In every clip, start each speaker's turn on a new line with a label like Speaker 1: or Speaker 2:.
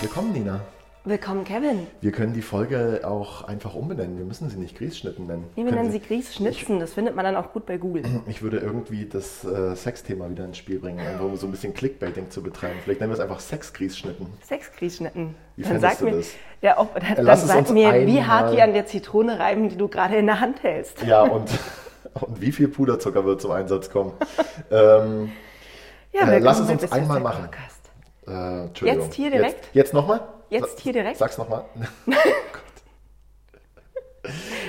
Speaker 1: Willkommen, Nina.
Speaker 2: Willkommen, Kevin.
Speaker 1: Wir können die Folge auch einfach umbenennen. Wir müssen sie nicht Grießschnitten nennen.
Speaker 2: Nee, wir
Speaker 1: Können
Speaker 2: nennen sie Grießschnitzen. Das findet man dann auch gut bei Google.
Speaker 1: Ich würde irgendwie das äh, Sexthema wieder ins Spiel bringen, um so ein bisschen Clickbaiting zu betreiben. Vielleicht nennen wir es einfach Sexgrießschnitten.
Speaker 2: Sechs Grießschnitten.
Speaker 1: Wie
Speaker 2: Dann
Speaker 1: fändest
Speaker 2: sag
Speaker 1: du
Speaker 2: mir,
Speaker 1: das?
Speaker 2: ja, ob, dann, dann
Speaker 1: lass es uns
Speaker 2: sag mir, wie
Speaker 1: einmal-
Speaker 2: hart die an der Zitrone reiben, die du gerade in der Hand hältst.
Speaker 1: Ja, und, und wie viel Puderzucker wird zum Einsatz kommen? ähm,
Speaker 2: Ja,
Speaker 1: Äh,
Speaker 2: willkommen
Speaker 1: lass es
Speaker 2: bei
Speaker 1: uns
Speaker 2: Bissfest,
Speaker 1: einmal
Speaker 2: der
Speaker 1: machen.
Speaker 2: Podcast.
Speaker 1: äh, Entschuldigung.
Speaker 2: Jetzt hier direkt?
Speaker 1: Jetzt, jetzt nochmal?
Speaker 2: Jetzt hier direkt?
Speaker 1: Sag's nochmal.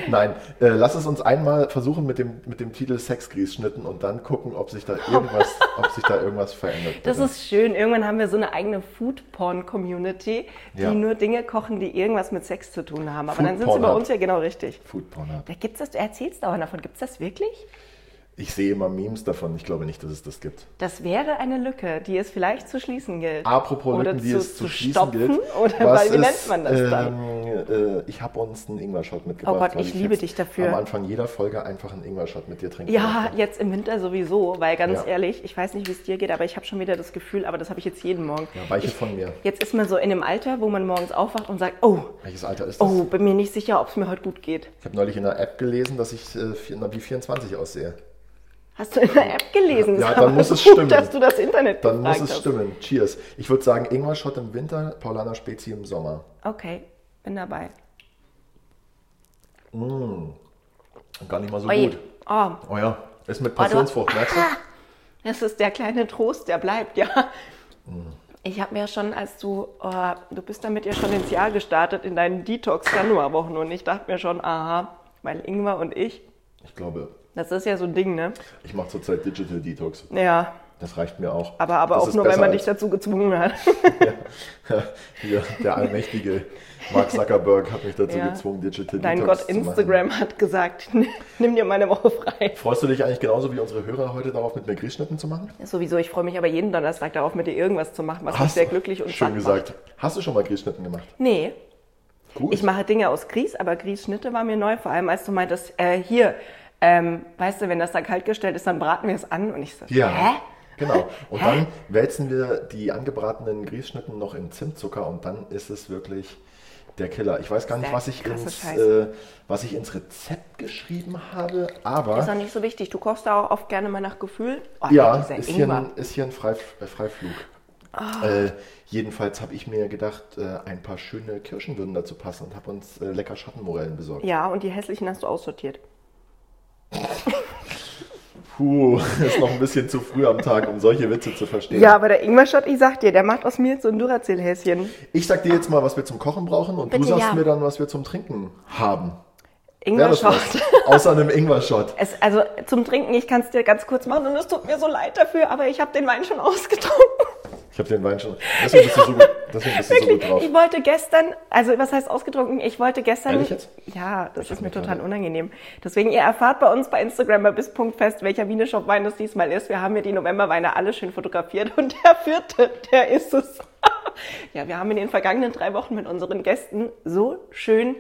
Speaker 1: Nein, äh, lass es uns einmal versuchen mit dem, mit dem Titel Sexgrießschnitten und dann gucken, ob sich da irgendwas, ob sich da irgendwas verändert.
Speaker 2: Oh. Das
Speaker 1: bitte.
Speaker 2: ist schön. Irgendwann haben wir so eine eigene Food-Porn-Community, die
Speaker 1: Ja.
Speaker 2: nur Dinge kochen, die irgendwas mit Sex zu tun haben. Aber dann sind sie
Speaker 1: Food-Porn
Speaker 2: bei
Speaker 1: hat-
Speaker 2: uns ja genau richtig.
Speaker 1: Foodporn hat.
Speaker 2: Da gibt's das, du erzählst dauernd davon. Gibt's das wirklich?
Speaker 1: Ich sehe immer Memes davon. Ich glaube nicht, dass es das gibt.
Speaker 2: Das wäre eine Lücke, die es vielleicht zu schließen gilt.
Speaker 1: Apropos
Speaker 2: Oder
Speaker 1: Lücken, die
Speaker 2: zu-
Speaker 1: es zu,
Speaker 2: zu
Speaker 1: schließen
Speaker 2: stopfen,
Speaker 1: gilt.
Speaker 2: oder weil- wie nennt man das dann?
Speaker 1: Ähm, äh, ich habe uns einen Ingwer-Shot mitgebracht.
Speaker 2: Oh Gott,
Speaker 1: weil
Speaker 2: ich liebe
Speaker 1: jetzt
Speaker 2: dich dafür.
Speaker 1: Am Anfang jeder Folge einfach einen Ingwer-Shot mit dir trinken.
Speaker 2: Ja,
Speaker 1: möchte.
Speaker 2: jetzt im Winter sowieso, weil ganz
Speaker 1: Ja.
Speaker 2: ehrlich, ich weiß nicht, wie es dir geht, aber ich habe schon wieder das Gefühl, aber das habe ich jetzt jeden Morgen.
Speaker 1: Ja, weiche von mir.
Speaker 2: Jetzt ist man so in dem Alter, wo man morgens aufwacht und sagt, oh,
Speaker 1: Welches Alter ist das?
Speaker 2: oh, bin mir nicht sicher, ob es mir heute gut geht.
Speaker 1: Ich habe neulich in der App gelesen, dass ich äh, vier- na, wie 24 aussehe.
Speaker 2: Hast du in der App gelesen?
Speaker 1: Ja,
Speaker 2: Ist
Speaker 1: dann
Speaker 2: aber
Speaker 1: muss es
Speaker 2: gut,
Speaker 1: stimmen.
Speaker 2: dass du das Internet
Speaker 1: Dann muss
Speaker 2: gefragt
Speaker 1: es
Speaker 2: hast.
Speaker 1: stimmen. Cheers. Ich würde sagen, Ingwer-Shot im Winter, Paulaner Spezi im Sommer.
Speaker 2: Okay, bin dabei.
Speaker 1: Gar nicht mal so
Speaker 2: Oje.
Speaker 1: gut.
Speaker 2: Oh,
Speaker 1: Oh ja, ist mit Passionsfrucht, merkst du?
Speaker 2: Ah, das ist der kleine Trost, der bleibt, ja. Ich habe mir schon, als du, oh, du bist damit ja schon ins Jahr gestartet, in deinen Detox-Januarwochen und ich dachte mir schon, aha, weil Ingwer und ich,
Speaker 1: Ich glaube,
Speaker 2: das ist ja so ein Ding, ne?
Speaker 1: ich mache zurzeit Digital Detox.
Speaker 2: Ja,
Speaker 1: Das reicht mir auch.
Speaker 2: aber, aber
Speaker 1: Das
Speaker 2: auch
Speaker 1: ist
Speaker 2: nur, weil
Speaker 1: besser
Speaker 2: man
Speaker 1: als-
Speaker 2: dich dazu gezwungen hat.
Speaker 1: Hier, der allmächtige Mark Zuckerberg hat mich dazu
Speaker 2: Ja.
Speaker 1: gezwungen, Digital
Speaker 2: Dein
Speaker 1: Detox
Speaker 2: Gott,
Speaker 1: zu machen.
Speaker 2: Instagram hat gesagt, nimm dir meine Woche frei.
Speaker 1: Freust du dich eigentlich genauso wie unsere Hörer heute darauf, mit mir Grießschnitten zu machen?
Speaker 2: Sowieso, ich freue mich aber jeden Donnerstag darauf, mit dir irgendwas zu machen, was mich
Speaker 1: Hast-
Speaker 2: sehr glücklich und satt
Speaker 1: Schön gesagt.
Speaker 2: Macht.
Speaker 1: Hast du schon mal Grießschnitten gemacht?
Speaker 2: Nee,
Speaker 1: Gut.
Speaker 2: ich mache Dinge aus Grieß, aber Grießschnitte war mir neu, vor allem als du meintest, äh, hier, ähm, weißt du, wenn das da kaltgestellt ist, dann braten wir es an. Und ich so,
Speaker 1: Ja.
Speaker 2: hä?
Speaker 1: Genau. Und dann wälzen wir die angebratenen Grießschnitten noch in Zimtzucker und dann ist es wirklich der Killer. Ich weiß gar nicht,
Speaker 2: Sehr
Speaker 1: was ich,
Speaker 2: krasse
Speaker 1: ins, äh,
Speaker 2: Scheiße.
Speaker 1: was ich ins Rezept geschrieben habe, aber
Speaker 2: Ist doch nicht so wichtig. Du kochst da auch oft gerne mal nach Gefühl. Oh,
Speaker 1: Ja,
Speaker 2: dieser
Speaker 1: ist hier,
Speaker 2: Ingwer. Ah.
Speaker 1: ein, ist hier ein Freif äh, Freiflug. Äh, jedenfalls habe ich mir gedacht, äh, ein paar schöne Kirschen würden dazu passen und habe uns äh, lecker Schattenmorellen besorgt.
Speaker 2: ja, und die hässlichen hast du aussortiert.
Speaker 1: Puh, ist noch ein bisschen zu früh am Tag, um solche Witze zu verstehen.
Speaker 2: Ja, aber der Ingwer-Shot, ich sag dir, der macht aus mir jetzt so ein Duracell-Häschen.
Speaker 1: Ich sag dir jetzt mal, was wir zum Kochen brauchen und du
Speaker 2: Bitte,
Speaker 1: sagst
Speaker 2: ja.
Speaker 1: mir dann, was wir zum Trinken haben. Wäre das
Speaker 2: Ingwer-Shot.
Speaker 1: was? Außer einem Ingwer-Shot.
Speaker 2: Es, also zum Trinken, ich kann es dir ganz kurz machen und es tut mir so leid dafür, aber ich habe den Wein schon ausgetrunken.
Speaker 1: Ich habe den Wein schon. Deswegen bist du so gut, deswegen bist du so
Speaker 2: Wirklich,
Speaker 1: gut drauf.
Speaker 2: ich wollte gestern, also was heißt ausgetrunken? Ich wollte gestern.
Speaker 1: Ehrlich jetzt?
Speaker 2: Ja, das
Speaker 1: Ich hab
Speaker 2: ist mir
Speaker 1: mich
Speaker 2: total
Speaker 1: gerade-
Speaker 2: unangenehm. Deswegen, ihr erfahrt bei uns bei Instagram bei bis.fest, welcher Wieneshop-Wein das diesmal ist. Wir haben ja die Novemberweine alle schön fotografiert und der vierte, der ist es. ja, wir haben in den vergangenen drei Wochen mit unseren Gästen so schön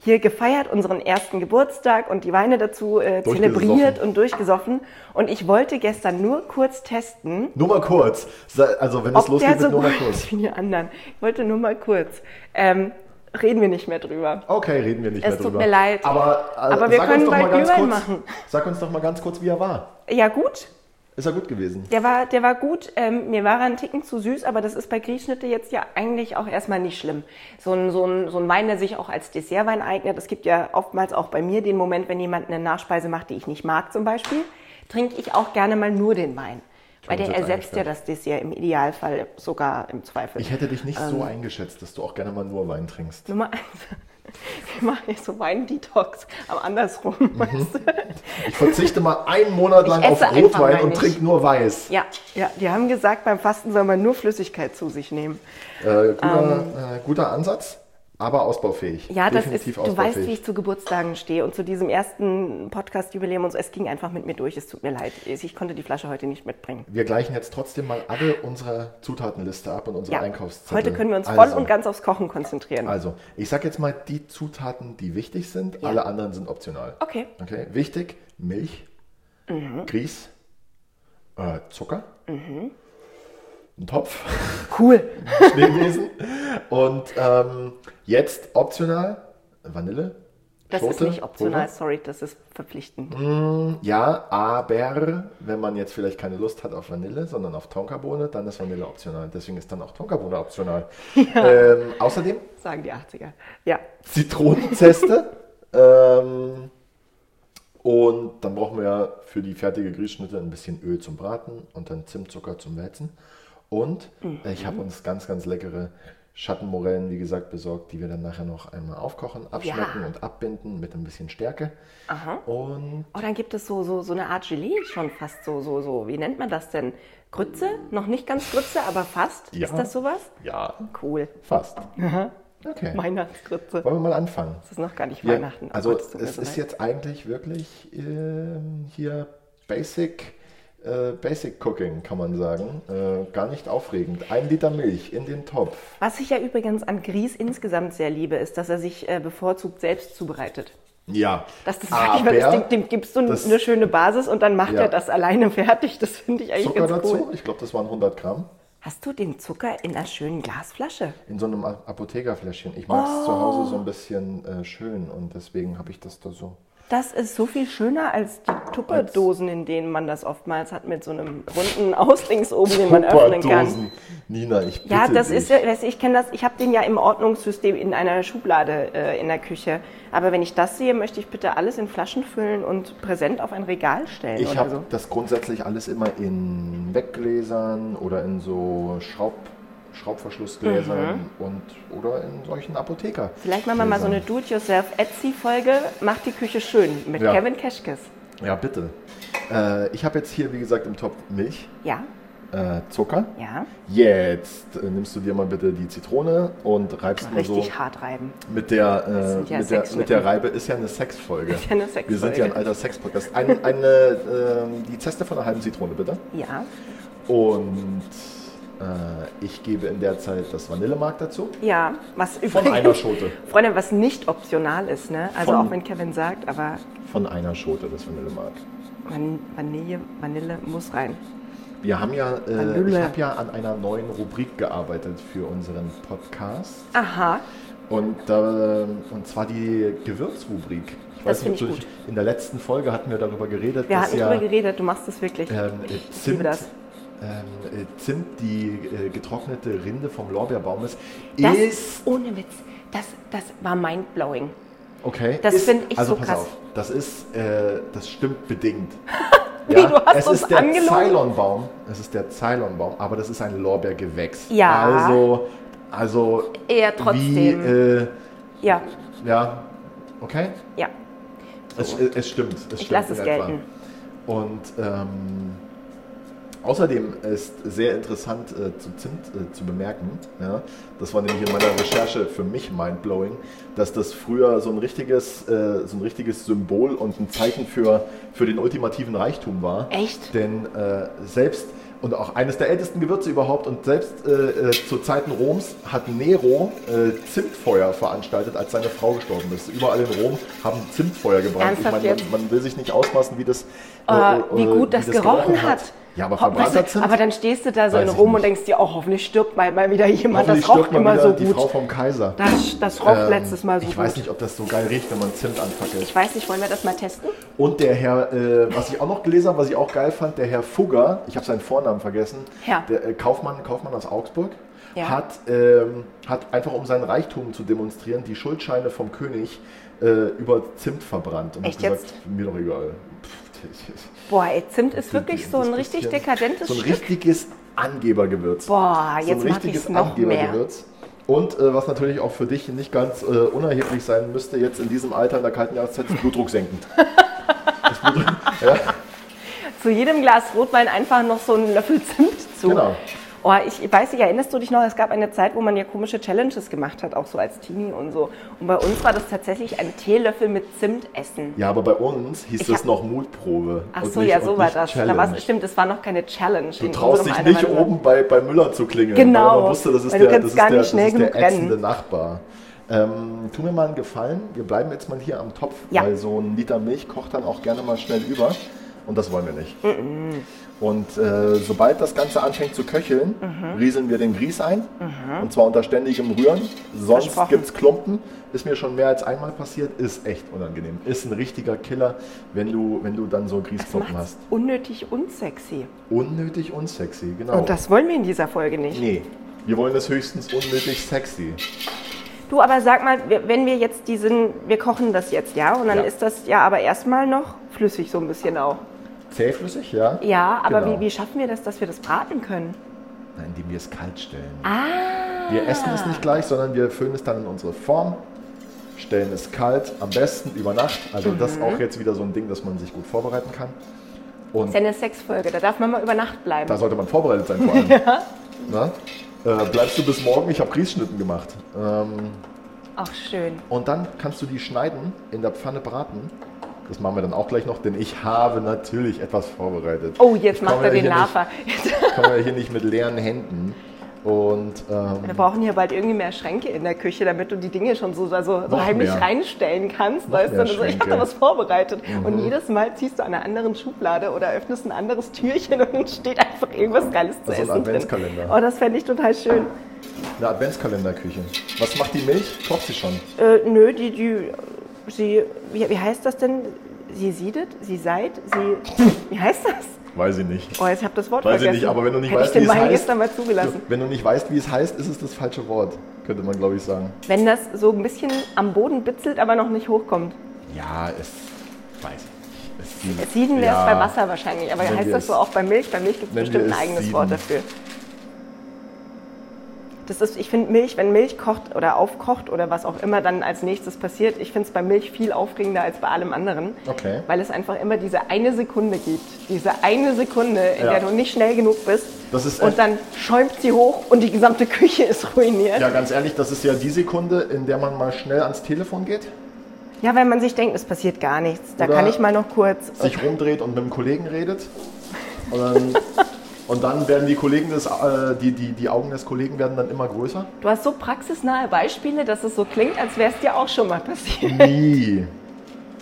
Speaker 2: hier gefeiert, unseren ersten Geburtstag und die Weine dazu äh,
Speaker 1: Durchgesoffen.
Speaker 2: zelebriert und durchgesoffen. Und ich wollte gestern nur kurz testen,
Speaker 1: Nur mal kurz. Sei- Also, wenn es
Speaker 2: ob der
Speaker 1: losgeht,
Speaker 2: so
Speaker 1: mit nur
Speaker 2: gut
Speaker 1: mal kurz.
Speaker 2: ist wie die anderen. Ich wollte nur mal kurz. Ähm, reden wir nicht mehr drüber.
Speaker 1: Okay, reden wir nicht
Speaker 2: Es
Speaker 1: mehr
Speaker 2: tut
Speaker 1: drüber.
Speaker 2: mir leid.
Speaker 1: Aber, äh,
Speaker 2: Aber wir
Speaker 1: sag
Speaker 2: können
Speaker 1: uns doch
Speaker 2: bald
Speaker 1: mal ganz
Speaker 2: Glühwein
Speaker 1: kurz,
Speaker 2: machen.
Speaker 1: Sag uns doch mal ganz kurz, wie er war.
Speaker 2: Ja gut,
Speaker 1: Ist er gut gewesen?
Speaker 2: der war, der war gut. Ähm, mir war er ein Ticken zu süß, aber das ist bei Grießschnitte jetzt ja eigentlich auch erstmal nicht schlimm. So ein, so, ein, so ein Wein, der sich auch als Dessertwein eignet. Es gibt ja oftmals auch bei mir den Moment, wenn jemand eine Nachspeise macht, die ich nicht mag zum Beispiel, trinke ich auch gerne mal nur den Wein. Weil der
Speaker 1: uns jetzt
Speaker 2: ersetzt ja
Speaker 1: eingestellt.
Speaker 2: das Dessert im Idealfall sogar im Zweifel.
Speaker 1: Ich hätte dich nicht so
Speaker 2: Ähm.
Speaker 1: eingeschätzt, dass du auch gerne mal nur Wein trinkst.
Speaker 2: Nummer eins. Wir machen nicht so Wein-Detox, aber andersrum.
Speaker 1: Mhm.
Speaker 2: Weißt du?
Speaker 1: Ich verzichte mal einen Monat lang
Speaker 2: Ich
Speaker 1: auf
Speaker 2: esse einfach
Speaker 1: Rotwein
Speaker 2: mal
Speaker 1: und
Speaker 2: nicht.
Speaker 1: trinke nur Weiß.
Speaker 2: Ja, ja, die haben gesagt, beim Fasten soll man nur Flüssigkeit zu sich nehmen.
Speaker 1: Äh, guter, äh, guter Ansatz, aber ausbaufähig.
Speaker 2: ähm. Ja, das
Speaker 1: Definitiv
Speaker 2: ist, du
Speaker 1: ausbaufähig.
Speaker 2: weißt, wie ich zu Geburtstagen stehe und zu diesem ersten Podcast-Jubiläum und so. Es ging einfach mit mir durch, es tut mir leid. Ich konnte die Flasche heute nicht mitbringen.
Speaker 1: Wir gleichen jetzt trotzdem mal alle unsere Zutatenliste ab und unsere
Speaker 2: Ja,
Speaker 1: Einkaufszettel.
Speaker 2: heute können wir uns voll
Speaker 1: Also,
Speaker 2: und ganz aufs Kochen konzentrieren.
Speaker 1: Also, ich sag jetzt mal die Zutaten, die wichtig sind. Alle anderen sind optional.
Speaker 2: Okay. Mhm.
Speaker 1: Okay. Wichtig: Milch, Grieß, äh, Zucker, ein Topf.
Speaker 2: Cool.
Speaker 1: Schneebesen. Und ähm, jetzt optional Vanille.
Speaker 2: Das ist
Speaker 1: Schote,
Speaker 2: nicht optional,
Speaker 1: Pulver. Mhm.
Speaker 2: sorry, das ist verpflichtend.
Speaker 1: Ja, aber wenn man jetzt vielleicht keine Lust hat auf Vanille, sondern auf Tonkabohne, dann ist Vanille optional. Deswegen ist dann auch Tonkabohne optional. Ähm, außerdem
Speaker 2: Sagen die 80er. Ja,
Speaker 1: Zitronenzeste. ähm, und dann brauchen wir für die fertige Grießschnitte ein bisschen Öl zum Braten und dann Zimtzucker zum Wälzen. Und äh, ich habe uns ganz, ganz leckere Schattenmorellen, wie gesagt, besorgt, die wir dann nachher noch einmal aufkochen, abschmecken und abbinden mit ein bisschen Stärke. Und
Speaker 2: Oh, dann gibt es so, so, so eine Art Gelee schon fast so, so, so. Wie nennt man das denn? Grütze? Noch nicht ganz Grütze, aber fast.
Speaker 1: Ja.
Speaker 2: Ist das sowas?
Speaker 1: ja,
Speaker 2: Cool.
Speaker 1: fast. Okay.
Speaker 2: Weihnachtsgrütze.
Speaker 1: Wollen wir mal anfangen?
Speaker 2: Das ist noch gar nicht
Speaker 1: Ja,
Speaker 2: Weihnachten. Oh
Speaker 1: Also
Speaker 2: Gott, es tut mir
Speaker 1: es
Speaker 2: so
Speaker 1: ist
Speaker 2: leid.
Speaker 1: jetzt eigentlich wirklich ähm, hier Basic, äh, Basic Cooking, kann man sagen. Äh, gar nicht aufregend. Ein Liter Milch in den Topf.
Speaker 2: Was ich ja übrigens an Grieß insgesamt sehr liebe, ist, dass er sich äh, bevorzugt selbst zubereitet.
Speaker 1: Ja.
Speaker 2: Dass das wirklich, weil das Ding, dem gibst du
Speaker 1: Ah, das-
Speaker 2: eine schöne Basis und dann macht
Speaker 1: Ja.
Speaker 2: er das alleine fertig. Das finde ich eigentlich
Speaker 1: Zucker
Speaker 2: ganz
Speaker 1: dazu,
Speaker 2: cool.
Speaker 1: ich glaube, das waren 100 Gramm.
Speaker 2: Hast du den Zucker in einer schönen Glasflasche?
Speaker 1: In so einem A- Apothekerfläschchen. Ich mag es zu Hause
Speaker 2: Oh.
Speaker 1: so ein bisschen äh, schön und deswegen habe ich das da so.
Speaker 2: Das ist so viel schöner als die Tupperdosen, in denen man das oftmals hat, mit so einem runden Auslinks oben, den man öffnen kann.
Speaker 1: Tupperdosen. Nina, ich bitte
Speaker 2: Ja, das
Speaker 1: dich.
Speaker 2: ist ja, weißt du, ich kenne das, ich habe den ja im Ordnungssystem in einer Schublade äh, in der Küche. Aber wenn ich das sehe, möchte ich bitte alles in Flaschen füllen und präsent auf ein Regal stellen
Speaker 1: Ich
Speaker 2: oder
Speaker 1: habe
Speaker 2: so.
Speaker 1: das grundsätzlich alles immer in Weggläsern oder in so Schraub, Schraubverschlussgläsern und oder in solchen Apotheker.
Speaker 2: Mhm. Vielleicht machen wir mal so eine Do-it-yourself-Etsy-Folge, macht die Küche schön mit
Speaker 1: Ja.
Speaker 2: Kevin Keschkes.
Speaker 1: Ja, bitte. Äh, ich habe jetzt hier, wie gesagt, im Topf Milch,
Speaker 2: Ja,
Speaker 1: äh, Zucker.
Speaker 2: ja,
Speaker 1: Jetzt äh, nimmst du dir mal bitte die Zitrone und reibst mal so
Speaker 2: richtig hart reiben.
Speaker 1: mit der, äh,
Speaker 2: sind ja
Speaker 1: mit, der,
Speaker 2: Sexschnitten.
Speaker 1: mit der Reibe. Ist ja eine Sexfolge.
Speaker 2: Ist ja eine Sexfolge.
Speaker 1: Wir sind ja ein alter Sexpodcast. Ein, eine, ähm, die Zeste von einer halben Zitrone, bitte.
Speaker 2: Ja,
Speaker 1: Und äh, ich gebe in der Zeit das Vanillemark dazu.
Speaker 2: ja, was
Speaker 1: Von
Speaker 2: übrigens...
Speaker 1: einer Schote.
Speaker 2: Freunde, was nicht optional ist, ne? Also
Speaker 1: Von-
Speaker 2: auch wenn Kevin sagt, aber
Speaker 1: Von einer Schote das Vanillemark.
Speaker 2: Van Vanille, Vanille muss rein.
Speaker 1: Wir haben ja, äh, ich
Speaker 2: Vanille.
Speaker 1: habe ja an einer neuen Rubrik gearbeitet für unseren Podcast.
Speaker 2: Aha,
Speaker 1: Und, äh, und zwar die Gewürzrubrik. Ich
Speaker 2: Das
Speaker 1: nicht,
Speaker 2: finde
Speaker 1: ob
Speaker 2: ich
Speaker 1: du- in der letzten Folge hatten wir darüber geredet,
Speaker 2: wir
Speaker 1: dass
Speaker 2: hatten
Speaker 1: ja
Speaker 2: drüber geredet, du machst das wirklich.
Speaker 1: ähm, äh,
Speaker 2: Ich liebe
Speaker 1: Zimt,
Speaker 2: das.
Speaker 1: ähm, äh, Zimt, die äh, getrocknete Rinde vom Lorbeerbaum ist.
Speaker 2: Das,
Speaker 1: ist
Speaker 2: ohne Witz, das, das war mindblowing.
Speaker 1: Okay.
Speaker 2: Das
Speaker 1: ist-
Speaker 2: find ich
Speaker 1: also
Speaker 2: so
Speaker 1: pass
Speaker 2: krass.
Speaker 1: Auf, das ist, äh, das stimmt bedingt.
Speaker 2: du hast
Speaker 1: es
Speaker 2: uns
Speaker 1: ist der
Speaker 2: angelogen.
Speaker 1: Ceylonbaum. Es ist der Ceylonbaum, aber das ist ein Lorbeergewächs.
Speaker 2: Ja.
Speaker 1: Also, also
Speaker 2: Eher
Speaker 1: Wie,
Speaker 2: trotzdem.
Speaker 1: äh,
Speaker 2: Ja,
Speaker 1: ja, okay.
Speaker 2: ja. Äh,
Speaker 1: Es, es, es stimmt. Es
Speaker 2: Ich
Speaker 1: stimmt
Speaker 2: lasse es
Speaker 1: in etwa.
Speaker 2: gelten.
Speaker 1: Und ähm, außerdem ist sehr interessant äh, zu Zimt äh, zu bemerken, ja, das war nämlich in meiner Recherche für mich mindblowing, dass das früher so ein richtiges, äh, so ein richtiges Symbol und ein Zeichen für, für den ultimativen Reichtum war.
Speaker 2: Echt?
Speaker 1: Denn äh, selbst und auch eines der ältesten Gewürze überhaupt und selbst äh, äh, zu Zeiten Roms hat Nero äh, Zimtfeuer veranstaltet, als seine Frau gestorben ist. Überall in Rom haben Zimtfeuer gebrannt.
Speaker 2: Ernsthaft
Speaker 1: ich meine,
Speaker 2: jetzt?
Speaker 1: man, man will sich nicht ausmaßen, wie das, äh,
Speaker 2: Oh,
Speaker 1: äh,
Speaker 2: wie gut das, gerochen hat.
Speaker 1: Ja, aber
Speaker 2: Ho-
Speaker 1: verbrannter
Speaker 2: weißt du,
Speaker 1: Zimt.
Speaker 2: aber dann stehst du da so
Speaker 1: Weiß
Speaker 2: in
Speaker 1: ich
Speaker 2: Rom und
Speaker 1: nicht.
Speaker 2: denkst dir, oh, hoffentlich stirbt mal, mal wieder jemand.
Speaker 1: Hoffentlich
Speaker 2: Das roch
Speaker 1: stirbt man
Speaker 2: immer
Speaker 1: wieder
Speaker 2: so
Speaker 1: die
Speaker 2: gut.
Speaker 1: Frau vom Kaiser.
Speaker 2: Das, das roch
Speaker 1: Ähm,
Speaker 2: letztes Mal so
Speaker 1: ich
Speaker 2: gut.
Speaker 1: weiß nicht, ob das so geil riecht, wenn man Zimt anfackelt.
Speaker 2: Ich weiß nicht, wollen wir das mal testen?
Speaker 1: Und der Herr, äh, was ich auch noch gelesen habe, was ich auch geil fand, der Herr Fugger, ich habe seinen Vornamen vergessen,
Speaker 2: Ja.
Speaker 1: der äh, Kaufmann, Kaufmann aus Augsburg,
Speaker 2: Ja.
Speaker 1: hat, ähm, hat einfach, um seinen Reichtum zu demonstrieren, die Schuldscheine vom König äh, über Zimt verbrannt. Und
Speaker 2: Echt
Speaker 1: hat gesagt,
Speaker 2: jetzt?
Speaker 1: mir doch egal. Pff,
Speaker 2: Boah, ey, Zimt ist
Speaker 1: Zimt
Speaker 2: wirklich so ein
Speaker 1: bisschen-
Speaker 2: richtig dekadentes
Speaker 1: So ein
Speaker 2: Stück.
Speaker 1: richtiges Angebergewürz.
Speaker 2: Boah,
Speaker 1: so ein
Speaker 2: jetzt mag
Speaker 1: richtiges
Speaker 2: ich's noch mehr.
Speaker 1: Angebergewürz. Und äh, was natürlich auch für dich nicht ganz äh, unerheblich sein müsste, jetzt in diesem Alter in der kalten Jahreszeit, ist Blutdruck senken. Das Blutdruck, ja,
Speaker 2: Zu jedem Glas Rotwein einfach noch so einen Löffel Zimt zu.
Speaker 1: Genau.
Speaker 2: Oh, ich weiß nicht, erinnerst du dich noch, es gab eine Zeit, wo man ja komische Challenges gemacht hat, auch so als Teenie und so. Und bei uns war das tatsächlich ein Teelöffel mit Zimt essen.
Speaker 1: ja, aber bei uns hieß
Speaker 2: Ich
Speaker 1: das
Speaker 2: hab-
Speaker 1: noch Mutprobe.
Speaker 2: Ach
Speaker 1: und
Speaker 2: so,
Speaker 1: nicht-
Speaker 2: ja,
Speaker 1: und
Speaker 2: so war
Speaker 1: nicht
Speaker 2: das. Da
Speaker 1: Challenge.
Speaker 2: war es bestimmt, das war noch keine Challenge.
Speaker 1: Du traust dich nicht oben bei, bei Müller zu klingeln,
Speaker 2: Genau,
Speaker 1: weil man wusste, das ist
Speaker 2: weil du
Speaker 1: der,
Speaker 2: kannst
Speaker 1: das ist
Speaker 2: gar
Speaker 1: der,
Speaker 2: nicht schnell
Speaker 1: das ist
Speaker 2: genug
Speaker 1: der ätzende
Speaker 2: rennen.
Speaker 1: Nachbar. Ähm, tu mir mal einen Gefallen, wir bleiben jetzt mal hier am Topf,
Speaker 2: Ja.
Speaker 1: weil so ein Liter Milch kocht dann auch gerne mal schnell über und das wollen wir nicht.
Speaker 2: Mm,
Speaker 1: Und äh, sobald das Ganze anfängt zu köcheln,
Speaker 2: Mhm.
Speaker 1: rieseln wir den Grieß ein und zwar unter ständigem Rühren, sonst
Speaker 2: Versprochen.
Speaker 1: gibt es Klumpen. Ist mir schon mehr als einmal passiert, ist echt unangenehm. Ist ein richtiger Killer, wenn du, wenn du dann so Grießklumpen
Speaker 2: Macht's
Speaker 1: hast.
Speaker 2: unnötig unsexy.
Speaker 1: Unnötig unsexy, genau.
Speaker 2: Und das wollen wir in dieser Folge nicht.
Speaker 1: Nee, wir wollen das höchstens unnötig sexy.
Speaker 2: Du, aber sag mal, wir- wenn wir jetzt diesen, wir kochen das jetzt, ja? Und dann
Speaker 1: Ja.
Speaker 2: ist das ja aber erstmal noch flüssig so ein bisschen auch.
Speaker 1: Zähflüssig, ja?
Speaker 2: Ja, aber
Speaker 1: Genau.
Speaker 2: wie, wie schaffen wir das, dass wir das braten können?
Speaker 1: Nein, indem wir es kalt stellen.
Speaker 2: Ah.
Speaker 1: Wir essen es nicht gleich, sondern wir füllen es dann in unsere Form, stellen es kalt, am besten über Nacht. Also das
Speaker 2: Mhm.
Speaker 1: ist auch jetzt wieder so ein Ding, dass man sich gut vorbereiten kann.
Speaker 2: Das
Speaker 1: Und
Speaker 2: ist ja eine Sexfolge, da darf man mal über Nacht bleiben.
Speaker 1: da sollte man vorbereitet sein vor allem. Na? Äh, bleibst du bis morgen? Ich habe Grießschnitten gemacht. Ähm,
Speaker 2: Ach, schön.
Speaker 1: Und dann kannst du die schneiden, in der Pfanne braten. Das machen wir dann auch gleich noch, denn ich habe natürlich etwas vorbereitet.
Speaker 2: Oh, jetzt
Speaker 1: Ich
Speaker 2: macht
Speaker 1: komme
Speaker 2: er
Speaker 1: ja
Speaker 2: den
Speaker 1: hier
Speaker 2: Lava.
Speaker 1: Nicht, kommen wir hier nicht mit leeren Händen. Und ähm,
Speaker 2: Wir brauchen hier bald irgendwie mehr Schränke in der Küche, damit du die Dinge schon so, so, so
Speaker 1: Noch
Speaker 2: heimlich
Speaker 1: mehr.
Speaker 2: reinstellen kannst. Weißt du,
Speaker 1: mehr
Speaker 2: also ich habe da
Speaker 1: Schränke. Mhm.
Speaker 2: was vorbereitet. Und jedes Mal ziehst du an einer anderen Schublade oder öffnest ein anderes Türchen und dann steht einfach irgendwas Geiles zu
Speaker 1: Also ein
Speaker 2: essen. Drin.
Speaker 1: Adventskalender.
Speaker 2: Oh, das fände ich total schön.
Speaker 1: eine Adventskalenderküche. Was macht die Milch? Kocht sie schon?
Speaker 2: Äh, nö, die, die, sie, wie, wie heißt das denn? Sie siedet, sie seid, sie, wie heißt das?
Speaker 1: Weiß ich nicht.
Speaker 2: Oh, jetzt hab das Wort
Speaker 1: Weiß ich
Speaker 2: vergessen.
Speaker 1: nicht, aber wenn du nicht
Speaker 2: Hätte
Speaker 1: weißt,
Speaker 2: ich
Speaker 1: wie
Speaker 2: den
Speaker 1: es
Speaker 2: Wein
Speaker 1: heißt,
Speaker 2: gestern mal zugelassen.
Speaker 1: Wenn du nicht weißt, wie es heißt, ist es das falsche Wort. Könnte man, glaube ich, sagen.
Speaker 2: Wenn das so ein bisschen am Boden bitzelt, aber noch nicht hochkommt.
Speaker 1: Ja, es weiß ich. nicht. Es sieht-
Speaker 2: Sieden wäre es
Speaker 1: ja.
Speaker 2: bei Wasser wahrscheinlich, aber
Speaker 1: Nennen
Speaker 2: heißt
Speaker 1: wir
Speaker 2: das
Speaker 1: es-
Speaker 2: so auch bei Milch? Bei Milch gibt es
Speaker 1: nennen
Speaker 2: bestimmt ein
Speaker 1: wir es
Speaker 2: eigenes
Speaker 1: Sieden.
Speaker 2: Wort dafür. Das ist, ich finde Milch, wenn Milch kocht oder aufkocht oder was auch immer dann als nächstes passiert, ich finde es bei Milch viel aufregender als bei allem anderen.
Speaker 1: Okay.
Speaker 2: Weil es einfach immer diese eine Sekunde gibt. Diese eine Sekunde, in
Speaker 1: Ja.
Speaker 2: der du nicht schnell genug bist.
Speaker 1: Das ist
Speaker 2: und
Speaker 1: echt-
Speaker 2: dann schäumt sie hoch und die gesamte Küche ist ruiniert.
Speaker 1: Ja, ganz ehrlich, das ist ja die Sekunde, in der man mal schnell ans Telefon geht.
Speaker 2: Ja, weil man sich denkt, es passiert gar nichts. Da
Speaker 1: Oder
Speaker 2: kann ich mal noch kurz.
Speaker 1: sich rumdreht und mit dem Kollegen redet. Und dann, und dann werden die Kollegen des, äh, die, die, die Augen des Kollegen werden dann immer größer.
Speaker 2: Du hast so praxisnahe Beispiele, dass es so klingt, als wäre es dir auch schon mal passiert.
Speaker 1: Nie.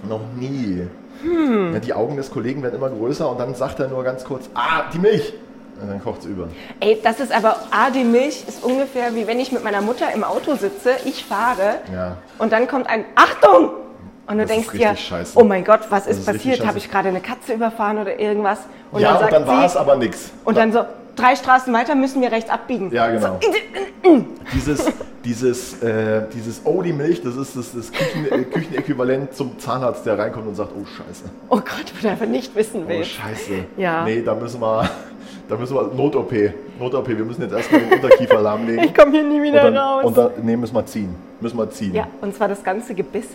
Speaker 1: Noch nie.
Speaker 2: Hm.
Speaker 1: Ja, die Augen des Kollegen werden immer größer und dann sagt er nur ganz kurz, ah, die Milch. Und dann kocht es über.
Speaker 2: Ey, das ist aber, ah, die Milch ist ungefähr wie wenn ich mit meiner Mutter im Auto sitze, ich fahre
Speaker 1: Ja.
Speaker 2: und dann kommt ein Achtung! Und du
Speaker 1: Das
Speaker 2: denkst
Speaker 1: ist richtig
Speaker 2: dir,
Speaker 1: scheiße.
Speaker 2: oh mein Gott, was
Speaker 1: Das
Speaker 2: ist,
Speaker 1: ist richtig
Speaker 2: passiert? Habe
Speaker 1: scheiße.
Speaker 2: ich gerade eine Katze überfahren oder irgendwas? Und
Speaker 1: ja, und dann war
Speaker 2: sagt
Speaker 1: es
Speaker 2: sie,
Speaker 1: aber nix.
Speaker 2: und dann so, drei Straßen weiter müssen wir rechts abbiegen.
Speaker 1: Ja, genau. dieses, dieses, äh, dieses, oh, die Milch, das ist das, das Küchen, äh, Küchenäquivalent zum Zahnarzt, der reinkommt und sagt, oh, scheiße.
Speaker 2: Oh Gott, wenn du einfach nicht wissen
Speaker 1: Oh,
Speaker 2: willst.
Speaker 1: scheiße.
Speaker 2: Ja.
Speaker 1: Nee, da müssen wir, da müssen wir Not-OP. Not-OP, wir müssen jetzt erstmal den Unterkiefer lahmlegen.
Speaker 2: ich komme hier nie wieder
Speaker 1: und dann,
Speaker 2: raus.
Speaker 1: Und dann, nee, müssen wir ziehen. Müssen wir ziehen.
Speaker 2: Ja, und zwar das ganze Gebiss.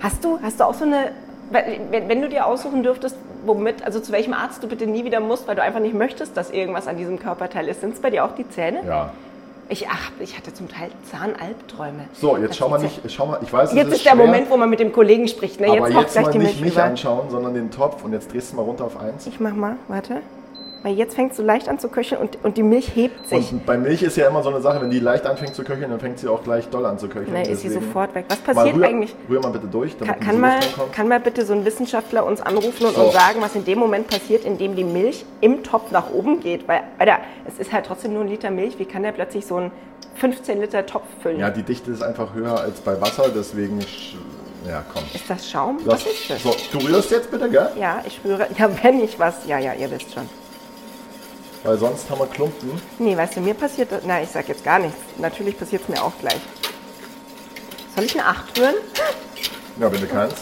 Speaker 2: Hast du, hast du auch so eine, wenn, wenn du dir aussuchen dürftest, womit, also zu welchem Arzt du bitte nie wieder musst, weil du einfach nicht möchtest, dass irgendwas an diesem Körperteil ist, sind es bei dir auch die Zähne?
Speaker 1: Ja.
Speaker 2: Ich, ach, ich hatte zum Teil Zahnalbträume.
Speaker 1: So, jetzt
Speaker 2: Das
Speaker 1: schau mal
Speaker 2: ist
Speaker 1: nicht, schau mal, ich weiß, es
Speaker 2: Jetzt
Speaker 1: ist,
Speaker 2: ist, der
Speaker 1: schwer,
Speaker 2: Moment, wo man mit dem Kollegen spricht. Ne? Jetzt
Speaker 1: aber
Speaker 2: macht
Speaker 1: jetzt
Speaker 2: gleich
Speaker 1: mal
Speaker 2: die
Speaker 1: nicht
Speaker 2: Milch
Speaker 1: mich
Speaker 2: über.
Speaker 1: anschauen, sondern den Topf und jetzt drehst du mal runter auf eins.
Speaker 2: Ich mach mal, warte. Weil jetzt fängt es so leicht an zu köcheln und, und die Milch hebt sich.
Speaker 1: Und bei Milch ist ja immer so eine Sache, wenn die leicht anfängt zu köcheln, dann fängt sie auch gleich doll an zu köcheln.
Speaker 2: Dann ist sie
Speaker 1: Deswegen-
Speaker 2: sofort weg. Was
Speaker 1: Mal
Speaker 2: passiert
Speaker 1: rühr,
Speaker 2: eigentlich?
Speaker 1: Rühr mal bitte durch,
Speaker 2: Kann,
Speaker 1: damit diese
Speaker 2: kann,
Speaker 1: Luft
Speaker 2: mal,
Speaker 1: reinkommt.
Speaker 2: kann mal bitte so ein Wissenschaftler uns anrufen und
Speaker 1: So.
Speaker 2: uns sagen, was in dem Moment passiert, in dem die Milch im Topf nach oben geht? Weil, Alter, es ist halt trotzdem nur ein Liter Milch. Wie kann der plötzlich so einen 15-Liter-Topf füllen?
Speaker 1: Ja, die Dichte ist einfach höher als bei Wasser, deswegen. sch- Ja, komm.
Speaker 2: Ist das Schaum? was
Speaker 1: Das,
Speaker 2: ist das?
Speaker 1: So, du rührst jetzt bitte, gell?
Speaker 2: Ja, ich rühre. Ja, wenn ich was. Ja, ja, ihr wisst schon.
Speaker 1: Weil sonst haben wir Klumpen.
Speaker 2: Nee, weißt du, mir passiert das. Na, ich sag jetzt gar nichts. Natürlich passiert es mir auch gleich. Soll ich eine Acht rühren?
Speaker 1: Ja, wenn du kannst.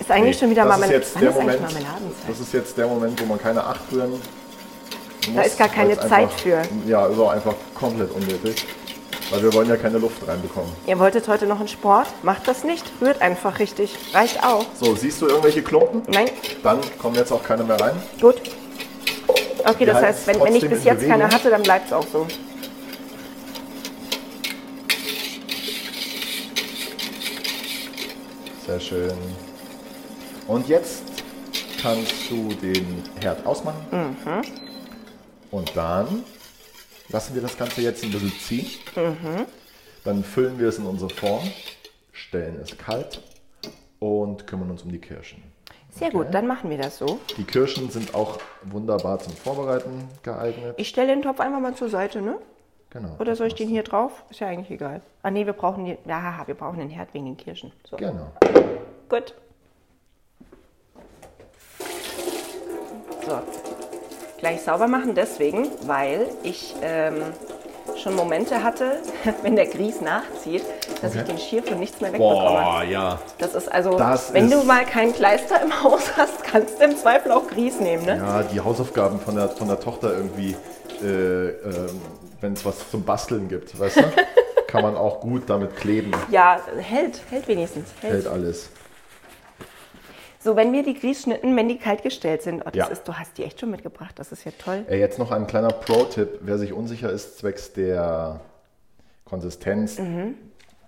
Speaker 2: Ist eigentlich schon wieder
Speaker 1: das ist
Speaker 2: Marmelade.
Speaker 1: jetzt
Speaker 2: Wann
Speaker 1: der
Speaker 2: ist eigentlich
Speaker 1: Moment,
Speaker 2: Marmeladenzeit?
Speaker 1: Das ist jetzt der Moment, wo man keine Acht rühren muss.
Speaker 2: Da ist gar keine
Speaker 1: weil's
Speaker 2: Zeit
Speaker 1: einfach,
Speaker 2: für.
Speaker 1: Ja, ist auch einfach komplett unnötig. Weil wir wollen ja keine Luft reinbekommen.
Speaker 2: Ihr wolltet heute noch einen Sport? Macht das nicht. Rührt einfach richtig. Reicht auch.
Speaker 1: So, siehst du irgendwelche Klumpen?
Speaker 2: Nein?
Speaker 1: Dann kommen jetzt auch keine mehr rein.
Speaker 2: Gut. Okay, das
Speaker 1: halten
Speaker 2: heißt, wenn, wenn ich
Speaker 1: trotzdem
Speaker 2: bis
Speaker 1: in
Speaker 2: jetzt keine
Speaker 1: Bewegung.
Speaker 2: hatte, dann bleibt es auch so.
Speaker 1: Sehr schön. Und jetzt kannst du den Herd ausmachen.
Speaker 2: Mhm.
Speaker 1: Und dann lassen wir das Ganze jetzt ein bisschen ziehen.
Speaker 2: Mhm.
Speaker 1: Dann füllen wir es in unsere Form, stellen es kalt und kümmern uns um die Kirschen.
Speaker 2: Sehr gut, dann machen wir das so.
Speaker 1: Die Kirschen sind auch wunderbar zum Vorbereiten geeignet.
Speaker 2: Ich stelle den Topf einfach mal zur Seite, ne?
Speaker 1: Genau.
Speaker 2: Oder soll ich den hier drauf? Ist ja eigentlich egal. Ah nee, wir brauchen den, ja, wir brauchen den Herd wegen den Kirschen. So.
Speaker 1: Genau.
Speaker 2: Gut. So. Gleich sauber machen deswegen, weil ich ähm, schon Momente hatte, wenn der Grieß nachzieht, dass ich
Speaker 1: Okay.
Speaker 2: den Schirr von nichts mehr wegbekomme.
Speaker 1: ja.
Speaker 2: Das ist also,
Speaker 1: Das
Speaker 2: wenn
Speaker 1: ist-
Speaker 2: du mal keinen Kleister im Haus hast, kannst du im Zweifel auch Grieß nehmen, ne?
Speaker 1: Ja, die Hausaufgaben von der, von der Tochter irgendwie, äh, ähm, wenn es was zum Basteln gibt, weißt du? Kann man auch gut damit kleben.
Speaker 2: Ja, hält, hält wenigstens. Hält.
Speaker 1: Hält alles.
Speaker 2: So, wenn wir die Grieß schnitten, wenn die kalt gestellt sind, oh, das
Speaker 1: Ja.
Speaker 2: ist, du hast die echt schon mitgebracht, das ist ja toll.
Speaker 1: Ey, jetzt noch ein kleiner Pro-Tipp. Wer sich unsicher ist zwecks der Konsistenz,
Speaker 2: Mhm.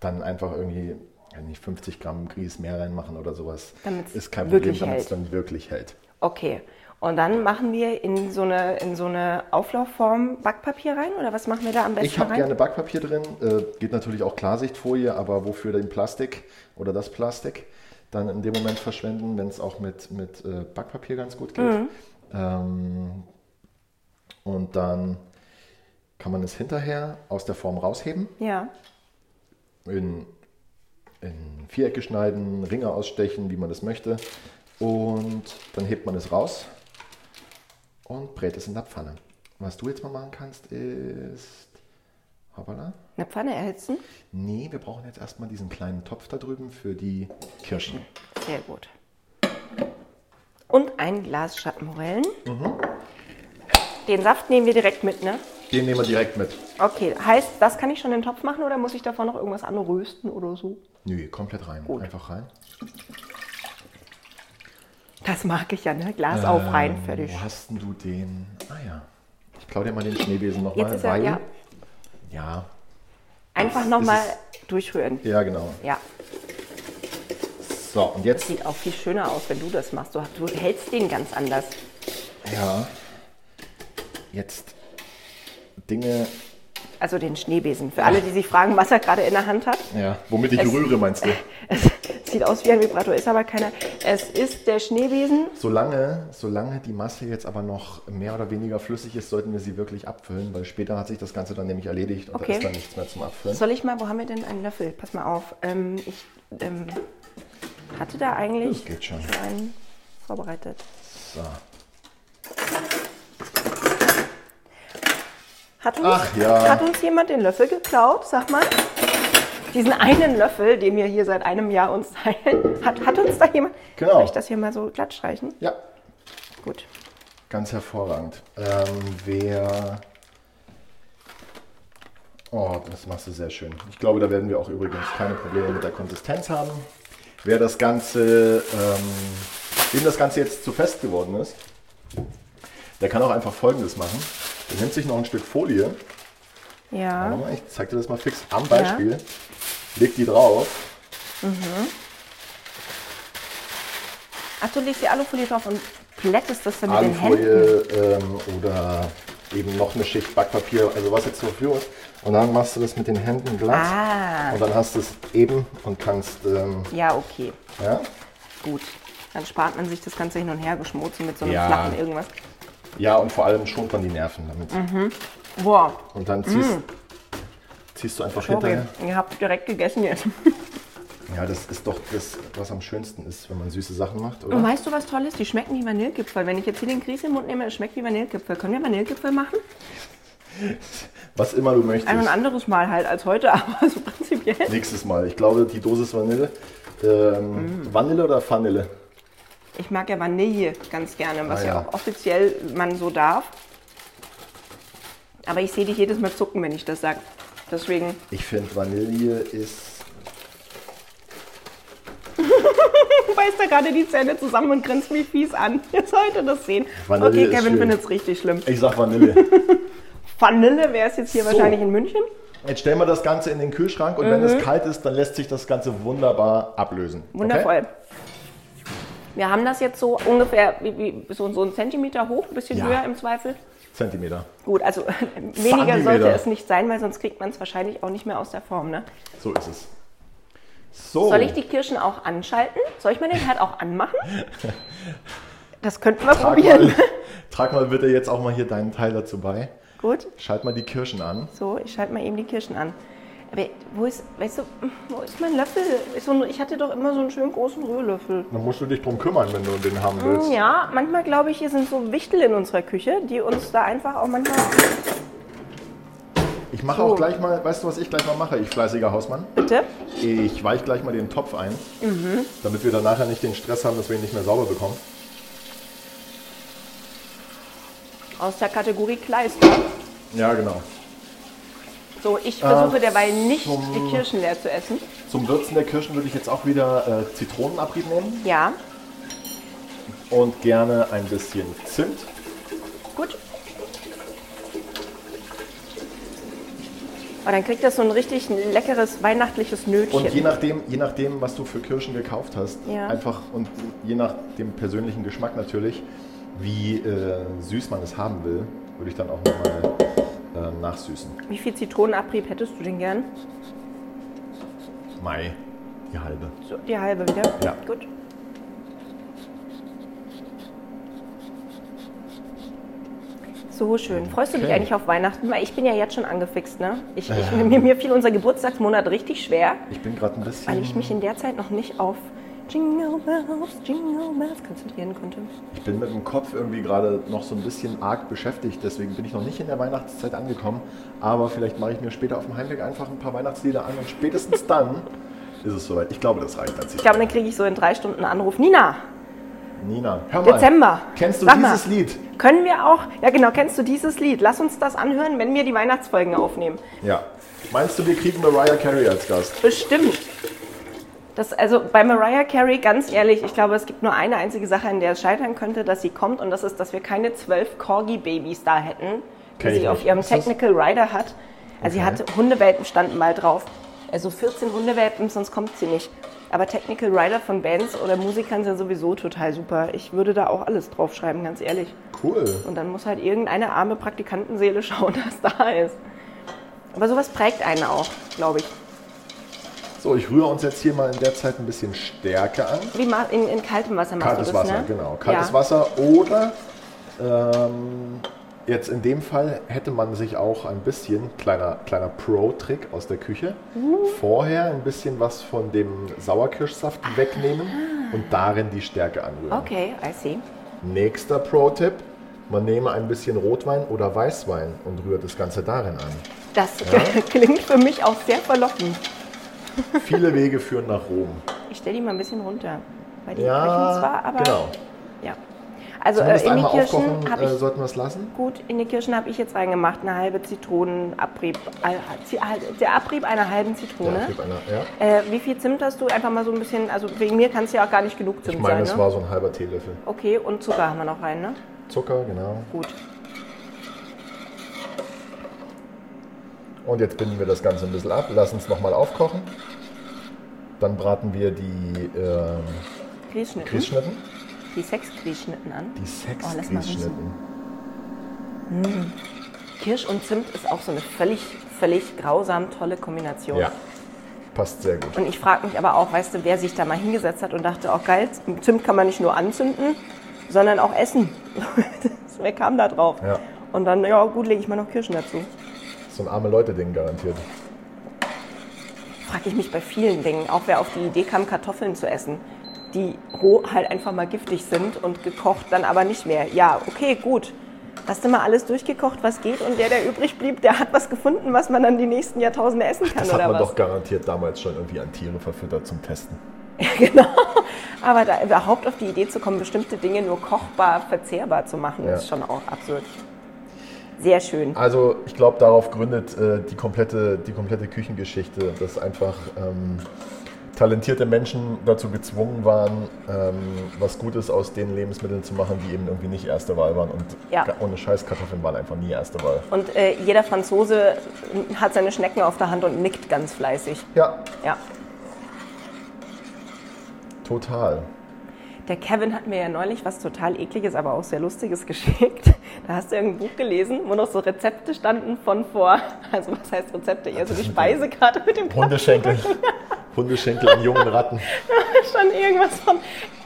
Speaker 1: dann einfach irgendwie weiß nicht 50 Gramm Grieß mehr reinmachen oder sowas.
Speaker 2: Damit's
Speaker 1: ist kein Problem,
Speaker 2: wirklich
Speaker 1: damit es
Speaker 2: hält.
Speaker 1: dann wirklich hält.
Speaker 2: Okay. Und dann machen wir in so eine, in so eine Auflaufform Backpapier rein oder was machen wir da am besten
Speaker 1: Ich habe
Speaker 2: rein?
Speaker 1: gerne Backpapier drin. Äh, geht natürlich auch Klarsichtfolie, aber wofür den Plastik oder das Plastik dann in dem Moment verschwenden, wenn es auch mit, mit äh, Backpapier ganz gut geht. Ähm, und dann kann man es hinterher aus der Form rausheben,
Speaker 2: Ja.
Speaker 1: in, in Vierecke schneiden, Ringe ausstechen, wie man das möchte. Und dann hebt man es raus und brät es in der Pfanne. Was du jetzt mal machen kannst, ist. Hoppala.
Speaker 2: Eine Pfanne erhitzen?
Speaker 1: Nee, wir brauchen jetzt erstmal diesen kleinen Topf da drüben für die Kirschen.
Speaker 2: Sehr gut. Und ein Glas Schattenmorellen.
Speaker 1: Mhm.
Speaker 2: Den Saft nehmen wir direkt mit, ne?
Speaker 1: Den nehmen wir direkt mit.
Speaker 2: Okay, heißt, das kann ich schon in den Topf machen oder muss ich davon noch irgendwas anderes rösten oder so?
Speaker 1: Nö, komplett rein. Einfach rein.
Speaker 2: Das mag ich ja, ne? Glas
Speaker 1: Äh,
Speaker 2: auf, rein, fertig.
Speaker 1: Ähm, Wo hast denn du den? Ah ja. Ich klaue dir mal den Schneebesen
Speaker 2: Jetzt
Speaker 1: nochmal,
Speaker 2: ist er-
Speaker 1: weil.
Speaker 2: ja.
Speaker 1: ja.
Speaker 2: Einfach nochmal
Speaker 1: Ist
Speaker 2: durchrühren.
Speaker 1: Ja, genau.
Speaker 2: Ja,
Speaker 1: So, und jetzt.
Speaker 2: sieht auch viel schöner aus, wenn du das machst. Du, du hältst den ganz anders.
Speaker 1: Ja. Jetzt Dinge.
Speaker 2: Also den Schneebesen. Für alle, die sich fragen, was er gerade in der Hand hat.
Speaker 1: Ja. Womit ich
Speaker 2: Es-
Speaker 1: rühre, meinst du?
Speaker 2: Es sieht aus wie ein Vibrator, ist aber keiner. Es ist der Schneebesen.
Speaker 1: Solange, solange die Masse jetzt aber noch mehr oder weniger flüssig ist, sollten wir sie wirklich abfüllen, weil später hat sich das Ganze dann nämlich erledigt und
Speaker 2: Okay.
Speaker 1: da ist dann nichts mehr zum Abfüllen.
Speaker 2: Soll ich mal, wo haben wir denn einen Löffel? Pass mal auf. Ähm, ich ähm, hatte da eigentlich
Speaker 1: Das geht schon.
Speaker 2: einen vorbereitet.
Speaker 1: So.
Speaker 2: Hat uns,
Speaker 1: Ach ja.
Speaker 2: hat uns jemand den Löffel geklaut? Sag mal. Diesen einen Löffel, den wir hier seit einem Jahr uns teilen, hat, hat uns da jemand.
Speaker 1: Genau.
Speaker 2: Soll ich das hier mal so glatt streichen?
Speaker 1: Ja,
Speaker 2: Gut.
Speaker 1: ganz hervorragend. Ähm, wer. Oh, das machst du sehr schön. Ich glaube, da werden wir auch übrigens keine Probleme mit der Konsistenz haben. Wer das Ganze, ähm, dem das Ganze jetzt zu fest geworden ist, der kann auch einfach Folgendes machen. Der nimmt sich noch ein Stück Folie Warte
Speaker 2: Ja.
Speaker 1: mal, ich zeig dir das mal fix am Beispiel. Leg die drauf.
Speaker 2: Ach, du legst die Alufolie drauf und plättest das dann mit den Händen.
Speaker 1: Alufolie ähm, oder eben noch eine Schicht Backpapier, also was jetzt zur Verfügung ist. Und dann machst du das mit den Händen glatt.
Speaker 2: Ah.
Speaker 1: Und dann hast du es eben und kannst, ähm,
Speaker 2: Ja, okay.
Speaker 1: ja.
Speaker 2: Gut. Dann spart man sich das ganze hin und her geschmolzen mit so einem
Speaker 1: Ja.
Speaker 2: flachen irgendwas.
Speaker 1: Ja, und vor allem schont man die Nerven damit.
Speaker 2: Mhm. Boah,
Speaker 1: Und dann
Speaker 2: Mhm.
Speaker 1: ziehst, ziehst du einfach
Speaker 2: sorry.
Speaker 1: hinterher.
Speaker 2: Ihr habt direkt gegessen jetzt.
Speaker 1: Ja, das ist doch das, was am schönsten ist, wenn man süße Sachen macht, oder?
Speaker 2: Und weißt du, was toll ist? Die schmecken wie Vanillekipferl. Wenn ich jetzt hier den Grieß im Mund nehme, es schmeckt wie Vanillekipferl. Können wir Vanillekipferl machen?
Speaker 1: Was immer du möchtest.
Speaker 2: Ein und anderes Mal halt als heute, aber so prinzipiell. Mhm.
Speaker 1: Nächstes Mal. Ich glaube, die Dosis Vanille. Ähm, Vanille oder Vanille?
Speaker 2: Ich mag ja Vanille ganz gerne, was
Speaker 1: Ah,
Speaker 2: ja.
Speaker 1: ja.
Speaker 2: auch offiziell man so darf. Aber ich sehe dich jedes Mal zucken, wenn ich das sage. Deswegen,
Speaker 1: Ich finde, Vanille ist.
Speaker 2: du beißt da gerade die Zähne zusammen und grinst mich fies an. Ihr solltet das sehen.
Speaker 1: Vanille
Speaker 2: okay,
Speaker 1: ist
Speaker 2: Kevin
Speaker 1: schön.
Speaker 2: findet es richtig schlimm.
Speaker 1: Ich sag Vanille.
Speaker 2: Vanille wäre es jetzt hier
Speaker 1: So.
Speaker 2: wahrscheinlich in München.
Speaker 1: Jetzt stellen wir das Ganze in den Kühlschrank und wenn
Speaker 2: Mhm.
Speaker 1: es kalt ist, dann lässt sich das Ganze wunderbar ablösen.
Speaker 2: Wundervoll.
Speaker 1: Okay?
Speaker 2: Wir haben das jetzt so ungefähr wie, wie, so, so einen Zentimeter hoch, ein bisschen
Speaker 1: Ja.
Speaker 2: höher im Zweifel.
Speaker 1: Zentimeter.
Speaker 2: Gut, also weniger sollte
Speaker 1: Zentimeter.
Speaker 2: es nicht sein, weil sonst kriegt man es wahrscheinlich auch nicht mehr aus der Form. Ne?
Speaker 1: So ist es. So.
Speaker 2: Soll ich die Kirschen auch anschalten? Soll ich mir den Herd auch anmachen? Das könnten wir
Speaker 1: trag
Speaker 2: probieren.
Speaker 1: mal, trag mal bitte jetzt auch mal hier deinen Teil dazu bei.
Speaker 2: Gut,
Speaker 1: Schalt mal die Kirschen an.
Speaker 2: so, ich schalte mal eben die Kirschen an. Aber wo ist, weißt du, wo ist mein Löffel? Ist so ein, ich hatte doch immer so einen schönen großen Rührlöffel.
Speaker 1: Dann musst du dich drum kümmern, wenn du den haben willst.
Speaker 2: Mm, Ja, manchmal glaube ich, hier sind so Wichtel in unserer Küche, die uns da einfach auch manchmal.
Speaker 1: Ich mache auch gleich mal, weißt du, was ich gleich mal mache, ich fleißiger Hausmann?
Speaker 2: Bitte?
Speaker 1: Ich weiche gleich mal den Topf ein,
Speaker 2: Mhm.
Speaker 1: damit wir dann nachher nicht den Stress haben, dass wir ihn nicht mehr sauber bekommen.
Speaker 2: Aus der Kategorie Kleister.
Speaker 1: Ja, genau.
Speaker 2: So, ich versuche derweil nicht,
Speaker 1: zum-
Speaker 2: die Kirschen leer zu essen.
Speaker 1: Zum Würzen der Kirschen würde ich jetzt auch wieder äh, Zitronenabrieb nehmen
Speaker 2: Ja,
Speaker 1: und gerne ein bisschen Zimt.
Speaker 2: gut. Und Oh, dann kriegt das so ein richtig leckeres weihnachtliches Nötchen.
Speaker 1: Und je nachdem, je nachdem, was du für Kirschen gekauft hast,
Speaker 2: Ja.
Speaker 1: einfach und je nach dem persönlichen Geschmack natürlich, wie äh, süß man es haben will, würde ich dann auch nochmal äh, nachsüßen.
Speaker 2: Wie viel Zitronenabrieb hättest du denn gern?
Speaker 1: Mai, die halbe.
Speaker 2: So, die halbe wieder?
Speaker 1: Ja.
Speaker 2: Gut. So schön. Freust du dich
Speaker 1: Okay. Ähm.
Speaker 2: eigentlich auf Weihnachten? Weil ich bin ja jetzt schon angefixt, ne? Ich, ich, mir, mir fiel unser Geburtstagsmonat richtig schwer,
Speaker 1: Ich bin gerade ein bisschen.
Speaker 2: weil ich mich in der Zeit noch nicht auf Jingle Bells, Jingle Bells konzentrieren konnte.
Speaker 1: Ich bin mit dem Kopf irgendwie gerade noch so ein bisschen arg beschäftigt, deswegen bin ich noch nicht in der Weihnachtszeit angekommen. Aber vielleicht mache ich mir später auf dem Heimweg einfach ein paar Weihnachtslieder an und spätestens dann ist es soweit. Ich glaube, das reicht als
Speaker 2: Ich glaube, dann kriege ich so in drei Stunden einen Anruf. Nina,
Speaker 1: Nina, hör mal.
Speaker 2: Dezember.
Speaker 1: Kennst du
Speaker 2: Sag mal.
Speaker 1: dieses Lied?
Speaker 2: können wir auch, ja genau, kennst du dieses Lied? Lass uns das anhören, wenn wir die Weihnachtsfolgen aufnehmen.
Speaker 1: Ja. Meinst du, wir kriegen Mariah Carey als Gast?
Speaker 2: Bestimmt. Das, also bei Mariah Carey, ganz ehrlich, ich glaube, es gibt nur eine einzige Sache, an der es scheitern könnte, dass sie kommt und das ist, dass wir keine zwölf Corgi-Babys da hätten, die
Speaker 1: Kenn ich
Speaker 2: sie auf
Speaker 1: nicht.
Speaker 2: ihrem
Speaker 1: Ist das-
Speaker 2: Technical Rider hat. Also sie
Speaker 1: Okay.
Speaker 2: hat Hundewelpen standen mal drauf. Also 14 Hundewelpen, sonst kommt sie nicht. Aber Technical Rider von Bands oder Musikern sind sowieso total super. Ich würde da auch alles draufschreiben, ganz ehrlich.
Speaker 1: Cool.
Speaker 2: Und dann muss halt irgendeine arme Praktikantenseele schauen, dass da ist. Aber sowas prägt einen auch, glaube ich.
Speaker 1: So, ich rühre uns jetzt hier mal in der Zeit ein bisschen Stärke an.
Speaker 2: Wie ma- in, in kaltem Wasser machst
Speaker 1: Kaltes
Speaker 2: du das,
Speaker 1: Wasser,
Speaker 2: ne?
Speaker 1: genau. Kaltes
Speaker 2: ja.
Speaker 1: Wasser oder ähm, jetzt in dem Fall hätte man sich auch ein bisschen, kleiner, kleiner Pro-Trick aus der Küche,
Speaker 2: Uh.
Speaker 1: vorher ein bisschen was von dem Sauerkirschsaft
Speaker 2: Ah.
Speaker 1: wegnehmen und darin die Stärke anrühren.
Speaker 2: Okay, I see.
Speaker 1: Nächster Pro-Tipp, man nehme ein bisschen Rotwein oder Weißwein und rührt das Ganze darin an.
Speaker 2: Das klingt für mich auch sehr verlockend.
Speaker 1: Viele Wege führen nach Rom.
Speaker 2: Ich stelle die mal ein bisschen runter. Weil die
Speaker 1: Ja,
Speaker 2: brechen zwar, aber.
Speaker 1: genau.
Speaker 2: Ja. Also äh,
Speaker 1: Zumindest
Speaker 2: in die
Speaker 1: einmal
Speaker 2: Kirschen
Speaker 1: aufkochen,
Speaker 2: habe
Speaker 1: äh,
Speaker 2: ich.
Speaker 1: sollten wir es lassen.
Speaker 2: Gut, in die Kirschen habe ich jetzt reingemacht. Eine halbe Zitronenabrieb. äh, Zi- äh, Der Abrieb einer halben
Speaker 1: Ja,
Speaker 2: Zitrone.
Speaker 1: ich geb einer, ja.
Speaker 2: äh, wie viel Zimt hast du? Einfach mal so ein bisschen. Also wegen mir kann es ja auch gar nicht genug Zimt
Speaker 1: Ich meine,
Speaker 2: sein.
Speaker 1: es
Speaker 2: Ne?
Speaker 1: war so ein halber Teelöffel.
Speaker 2: Okay, und Zucker haben wir noch rein, ne?
Speaker 1: Zucker, genau.
Speaker 2: Gut.
Speaker 1: Und jetzt binden wir das Ganze ein bisschen ab, lassen es nochmal aufkochen. Dann braten wir die ähm,
Speaker 2: Grießschnitten.
Speaker 1: Grießschnitten.
Speaker 2: Die sechs Grießschnitten an.
Speaker 1: Die
Speaker 2: Mhm. Oh, lass mal riechen.
Speaker 1: Sex-Grießschnitten.
Speaker 2: Kirsch und Zimt ist auch so eine völlig, völlig grausam tolle Kombination.
Speaker 1: ja, passt sehr gut.
Speaker 2: Und ich frage mich aber auch, weißt du, wer sich da mal hingesetzt hat und dachte, auch geil, Zimt kann man nicht nur anzünden, sondern auch essen. Das- wer kam da drauf?
Speaker 1: Ja.
Speaker 2: Und dann, ja gut, lege ich mal noch Kirschen dazu.
Speaker 1: So ein arme Leute-Ding garantiert.
Speaker 2: Frage ich mich bei vielen Dingen, auch wer auf die Idee kam, Kartoffeln zu essen, die roh halt einfach mal giftig sind und gekocht dann aber nicht mehr. Ja, okay, gut. Hast du mal alles durchgekocht, was geht und der, der übrig blieb, der hat was gefunden, was man dann die nächsten Jahrtausende essen kann
Speaker 1: Das
Speaker 2: oder
Speaker 1: hat man
Speaker 2: was?
Speaker 1: doch garantiert damals schon irgendwie an Tiere verfüttert zum Testen.
Speaker 2: genau. Aber da überhaupt auf die Idee zu kommen, bestimmte Dinge nur kochbar, verzehrbar zu machen,
Speaker 1: Ja.
Speaker 2: ist schon auch absurd. Sehr schön.
Speaker 1: Also ich glaube, darauf gründet äh, die, komplette, die komplette Küchengeschichte, dass einfach ähm, talentierte Menschen dazu gezwungen waren, ähm, was Gutes aus den Lebensmitteln zu machen, die eben irgendwie nicht erste Wahl waren. Und
Speaker 2: Ja.
Speaker 1: ga- ohne Scheiß, Kartoffeln waren einfach nie erste Wahl.
Speaker 2: Und äh, jeder Franzose hat seine Schnecken auf der Hand und nickt ganz fleißig.
Speaker 1: Ja,
Speaker 2: Ja.
Speaker 1: total.
Speaker 2: Der Kevin hat mir ja neulich was total ekliges, aber auch sehr lustiges geschickt. Da hast du irgendein Buch gelesen, wo noch so Rezepte standen von vor. Also was heißt Rezepte? Eher so die
Speaker 1: ist mit Oh.
Speaker 2: Speisekarte mit dem
Speaker 1: Hundeschenkel. Hundeschenkel an jungen Ratten.
Speaker 2: stand irgendwas von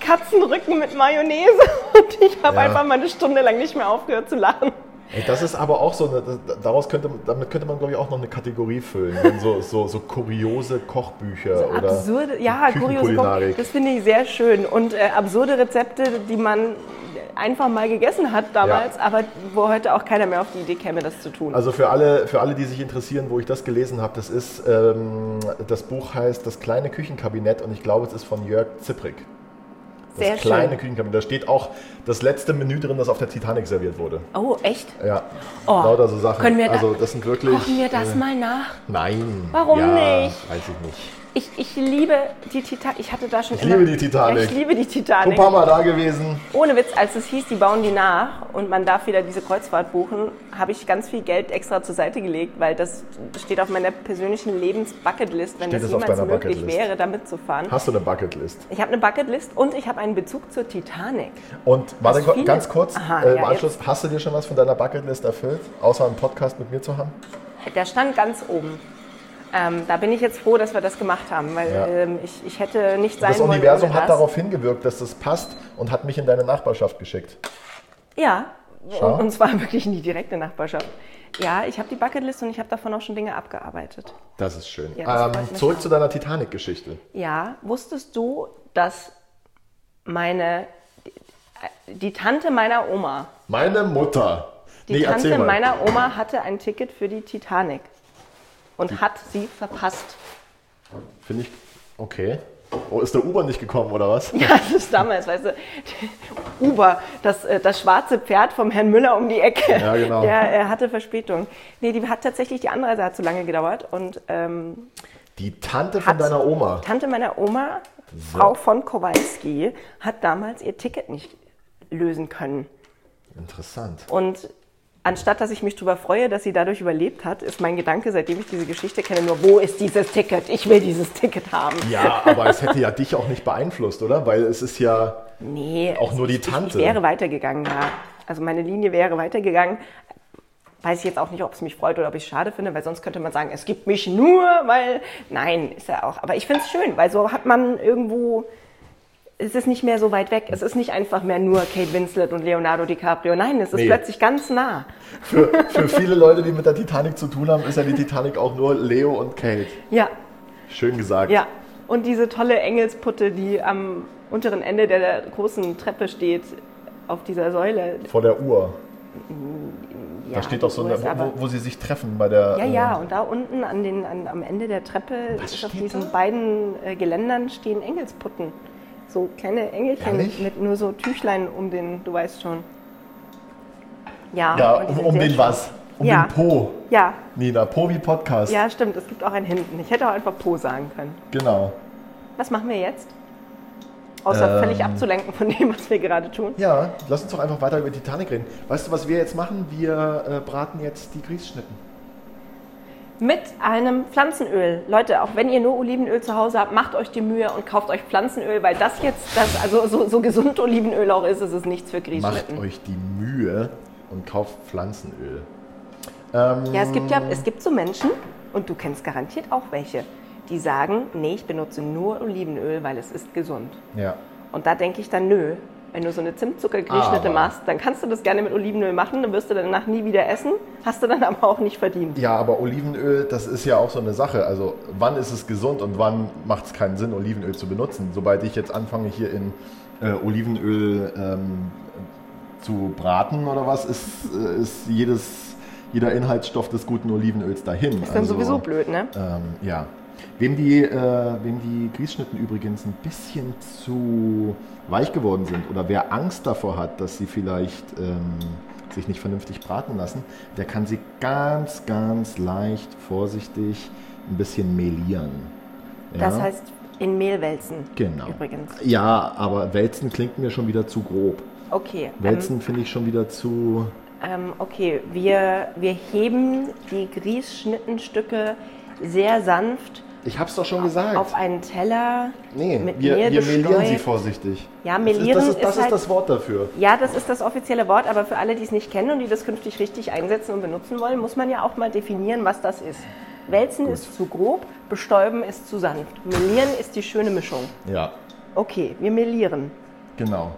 Speaker 2: Katzenrücken mit Mayonnaise und ich habe
Speaker 1: Ja.
Speaker 2: einfach mal eine Stunde lang nicht mehr aufgehört zu lachen.
Speaker 1: Ey, das ist aber auch so, eine, das- daraus könnte, damit könnte man, glaube ich, auch noch eine Kategorie füllen. Wenn So, so, so kuriose Kochbücher oder
Speaker 2: Absurde, ja, kuriose Koch-
Speaker 1: Küchenkulinarik.
Speaker 2: Das finde ich sehr schön und äh, absurde Rezepte, die man einfach mal gegessen hat damals, aber wo heute auch keiner mehr auf die Idee käme, das zu tun.
Speaker 1: Also für alle, für alle, die sich interessieren, wo ich das gelesen habe, das ist, ähm, das Buch heißt Das kleine Küchenkabinett und ich glaube, es ist von Jörg Zipprig. Das
Speaker 2: sehr
Speaker 1: kleine
Speaker 2: schön.
Speaker 1: Küchenkabinett. Da steht auch das letzte Menü drin, das auf der Titanic serviert wurde.
Speaker 2: Oh, echt?
Speaker 1: Ja,
Speaker 2: Oh,
Speaker 1: lauter so Sachen.
Speaker 2: können wir da-
Speaker 1: also das sind wirklich...
Speaker 2: Kochen wir das
Speaker 1: äh,
Speaker 2: mal nach.
Speaker 1: Nein.
Speaker 2: Warum
Speaker 1: ja,
Speaker 2: nicht?
Speaker 1: Weiß ich nicht.
Speaker 2: Ich, ich liebe die Titanic. Ich hatte da schon
Speaker 1: Ich
Speaker 2: immer-
Speaker 1: liebe die Titanic.
Speaker 2: Ja, ich liebe die
Speaker 1: Schon ein
Speaker 2: Titanic.
Speaker 1: paar Mal da gewesen.
Speaker 2: Ohne Witz, als es hieß, die bauen die nach und man darf wieder diese Kreuzfahrt buchen, habe ich ganz viel Geld extra zur Seite gelegt, weil das steht auf meiner persönlichen Lebens-Bucketlist, wenn
Speaker 1: Steht
Speaker 2: das
Speaker 1: es auf
Speaker 2: jemals
Speaker 1: deiner
Speaker 2: möglich
Speaker 1: Bucketlist?
Speaker 2: wäre, da mitzufahren.
Speaker 1: Hast du eine Bucketlist?
Speaker 2: Ich habe eine Bucketlist und ich habe einen Bezug zur Titanic.
Speaker 1: Und warte
Speaker 2: viele-
Speaker 1: ganz kurz,
Speaker 2: Aha,
Speaker 1: äh, im
Speaker 2: ja,
Speaker 1: Anschluss, hast du dir schon was von deiner Bucketlist erfüllt, außer einen Podcast mit mir zu haben?
Speaker 2: Der stand ganz oben. Ähm, da bin ich jetzt froh, dass wir das gemacht haben, weil
Speaker 1: Ja.
Speaker 2: ähm, ich, ich hätte nicht sein
Speaker 1: Das
Speaker 2: wollen.
Speaker 1: Universum
Speaker 2: ohne
Speaker 1: hat
Speaker 2: das.
Speaker 1: darauf hingewirkt, dass das passt und hat mich in deine Nachbarschaft geschickt.
Speaker 2: Ja,
Speaker 1: Schau.
Speaker 2: und, und zwar wirklich in die direkte Nachbarschaft. Ja, ich habe die Bucketlist und ich habe davon auch schon Dinge abgearbeitet.
Speaker 1: Das ist schön.
Speaker 2: Ja, das freut
Speaker 1: ähm,
Speaker 2: mich
Speaker 1: zurück
Speaker 2: auch.
Speaker 1: zu deiner Titanic-Geschichte.
Speaker 2: Ja, wusstest du, dass meine die, die Tante meiner Oma,
Speaker 1: Meine Mutter.
Speaker 2: die Tante meiner Oma hatte ein Ticket für die Titanic und hat sie verpasst.
Speaker 1: Finde ich. Okay. Oh, ist der Uber nicht gekommen oder was?
Speaker 2: Ja, das ist damals, weißt du, Uber, das, äh, das schwarze Pferd vom Herrn Müller um die Ecke.
Speaker 1: Ja, genau.
Speaker 2: Der äh, hatte Verspätung. Nee, die hat tatsächlich, die Anreise hat zu lange gedauert und ähm,
Speaker 1: Die Tante von
Speaker 2: Hat-
Speaker 1: deiner Oma.
Speaker 2: Tante meiner Oma, Frau von Kowalski, hat damals ihr Ticket nicht lösen können.
Speaker 1: Interessant.
Speaker 2: Und anstatt dass ich mich darüber freue, dass sie dadurch überlebt hat, ist mein Gedanke, seitdem ich diese Geschichte kenne, nur, wo ist dieses Ticket? Ich will dieses Ticket haben.
Speaker 1: Ja, aber es hätte ja dich auch nicht beeinflusst, oder? Weil es ist ja.
Speaker 2: Nee, also
Speaker 1: Auch nur die
Speaker 2: ich- Ich,
Speaker 1: Tante.
Speaker 2: ich wäre weitergegangen, ja. Also meine Linie wäre weitergegangen. Weiß ich jetzt auch nicht, ob es mich freut oder ob ich es schade finde, weil sonst könnte man sagen, es gibt mich nur, weil. Nein, ist ja auch. Aber ich finde es schön, weil so hat man irgendwo. Es ist nicht mehr so weit weg. Es ist nicht einfach mehr nur Kate Winslet und Leonardo DiCaprio. Nein, es ist
Speaker 1: Nee.
Speaker 2: plötzlich ganz nah.
Speaker 1: Für, für viele Leute, die mit der Titanic zu tun haben, ist ja die Titanic auch nur Leo und Kate.
Speaker 2: Ja,
Speaker 1: Schön gesagt.
Speaker 2: ja. Und diese tolle Engelsputte, die am unteren Ende der großen Treppe steht, auf dieser Säule.
Speaker 1: Vor der Uhr.
Speaker 2: Ja,
Speaker 1: Da steht doch so,
Speaker 2: wo
Speaker 1: eine,
Speaker 2: ist aber-
Speaker 1: wo, wo sie sich treffen bei der.
Speaker 2: Ja,
Speaker 1: äh,
Speaker 2: ja, und da unten an den, an, am Ende der Treppe,
Speaker 1: Was
Speaker 2: ist auf
Speaker 1: steht
Speaker 2: diesen
Speaker 1: da?
Speaker 2: beiden äh, Geländern stehen Engelsputten. So kleine Engelchen
Speaker 1: Ehrlich?
Speaker 2: mit nur so Tüchlein um den, du weißt schon. Ja,
Speaker 1: Ja,
Speaker 2: und Oh, die
Speaker 1: um,
Speaker 2: sind
Speaker 1: um
Speaker 2: sehr
Speaker 1: den
Speaker 2: schön.
Speaker 1: was? Um
Speaker 2: Ja.
Speaker 1: den Po.
Speaker 2: Ja,
Speaker 1: Nina, Po wie Podcast.
Speaker 2: ja, stimmt, es gibt auch ein Hinten. Ich hätte auch einfach Po sagen können.
Speaker 1: Genau.
Speaker 2: Was machen wir jetzt? Außer
Speaker 1: Ähm.
Speaker 2: völlig abzulenken von dem, was wir gerade tun.
Speaker 1: Ja, lass uns doch einfach weiter über Titanic reden. Weißt du, was wir jetzt machen? Wir äh, braten jetzt die Grießschnitten.
Speaker 2: Mit einem Pflanzenöl. Leute, auch wenn ihr nur Olivenöl zu Hause habt, macht euch die Mühe und kauft euch Pflanzenöl, weil das jetzt, das, also so, so gesund Olivenöl auch ist, ist es nichts für
Speaker 1: Macht
Speaker 2: Grießschnitten.
Speaker 1: euch die Mühe und kauft Pflanzenöl.
Speaker 2: Ja, es gibt ja, es gibt so Menschen, und du kennst garantiert auch welche, die sagen, nee, ich benutze nur Olivenöl, weil es ist gesund.
Speaker 1: Ja.
Speaker 2: Und da denke ich dann, nö. Wenn du so eine Zimtzuckergrießschnitte
Speaker 1: Aber-
Speaker 2: machst, dann kannst du das gerne mit Olivenöl machen, dann wirst du danach nie wieder essen, hast du dann aber auch nicht verdient.
Speaker 1: Ja, aber Olivenöl, das ist ja auch so eine Sache. Also, wann ist es gesund und wann macht es keinen Sinn, Olivenöl zu benutzen? Sobald ich jetzt anfange, hier in äh, Olivenöl ähm, zu braten oder was, ist, äh, ist jedes, jeder Inhaltsstoff des guten Olivenöls dahin. Also,
Speaker 2: Ist dann sowieso blöd, ne?
Speaker 1: Ähm, ja. Wem die, äh, wem die Grießschnitten übrigens ein bisschen zu weich geworden sind oder wer Angst davor hat, dass sie vielleicht ähm, sich nicht vernünftig braten lassen, der kann sie ganz, ganz leicht, vorsichtig ein bisschen mehlieren. Ja?
Speaker 2: Das heißt, in Mehl wälzen.
Speaker 1: genau.
Speaker 2: Übrigens.
Speaker 1: Ja, aber Wälzen klingt mir schon wieder zu grob.
Speaker 2: Okay.
Speaker 1: Wälzen finde ich schon wieder zu.
Speaker 2: Ähm, okay, wir, wir heben die Grießschnittenstücke sehr sanft
Speaker 1: Ich hab's doch schon gesagt.
Speaker 2: auf einen Teller
Speaker 1: nee,
Speaker 2: mit
Speaker 1: wir,
Speaker 2: Mehl
Speaker 1: wir mehlieren sie
Speaker 2: bestreut.
Speaker 1: vorsichtig.
Speaker 2: Ja,
Speaker 1: Das ist-
Speaker 2: mehlieren
Speaker 1: das ist,
Speaker 2: ist
Speaker 1: das, ist
Speaker 2: halt-
Speaker 1: das Wort dafür.
Speaker 2: Ja, das ist das offizielle Wort, aber für alle, die es nicht kennen und die das künftig richtig einsetzen und benutzen wollen, muss man ja auch mal definieren, was das ist. Wälzen ist zu grob, bestäuben ist zu sanft. Melieren ist die schöne Mischung.
Speaker 1: Ja,
Speaker 2: Okay, wir melieren.
Speaker 1: genau.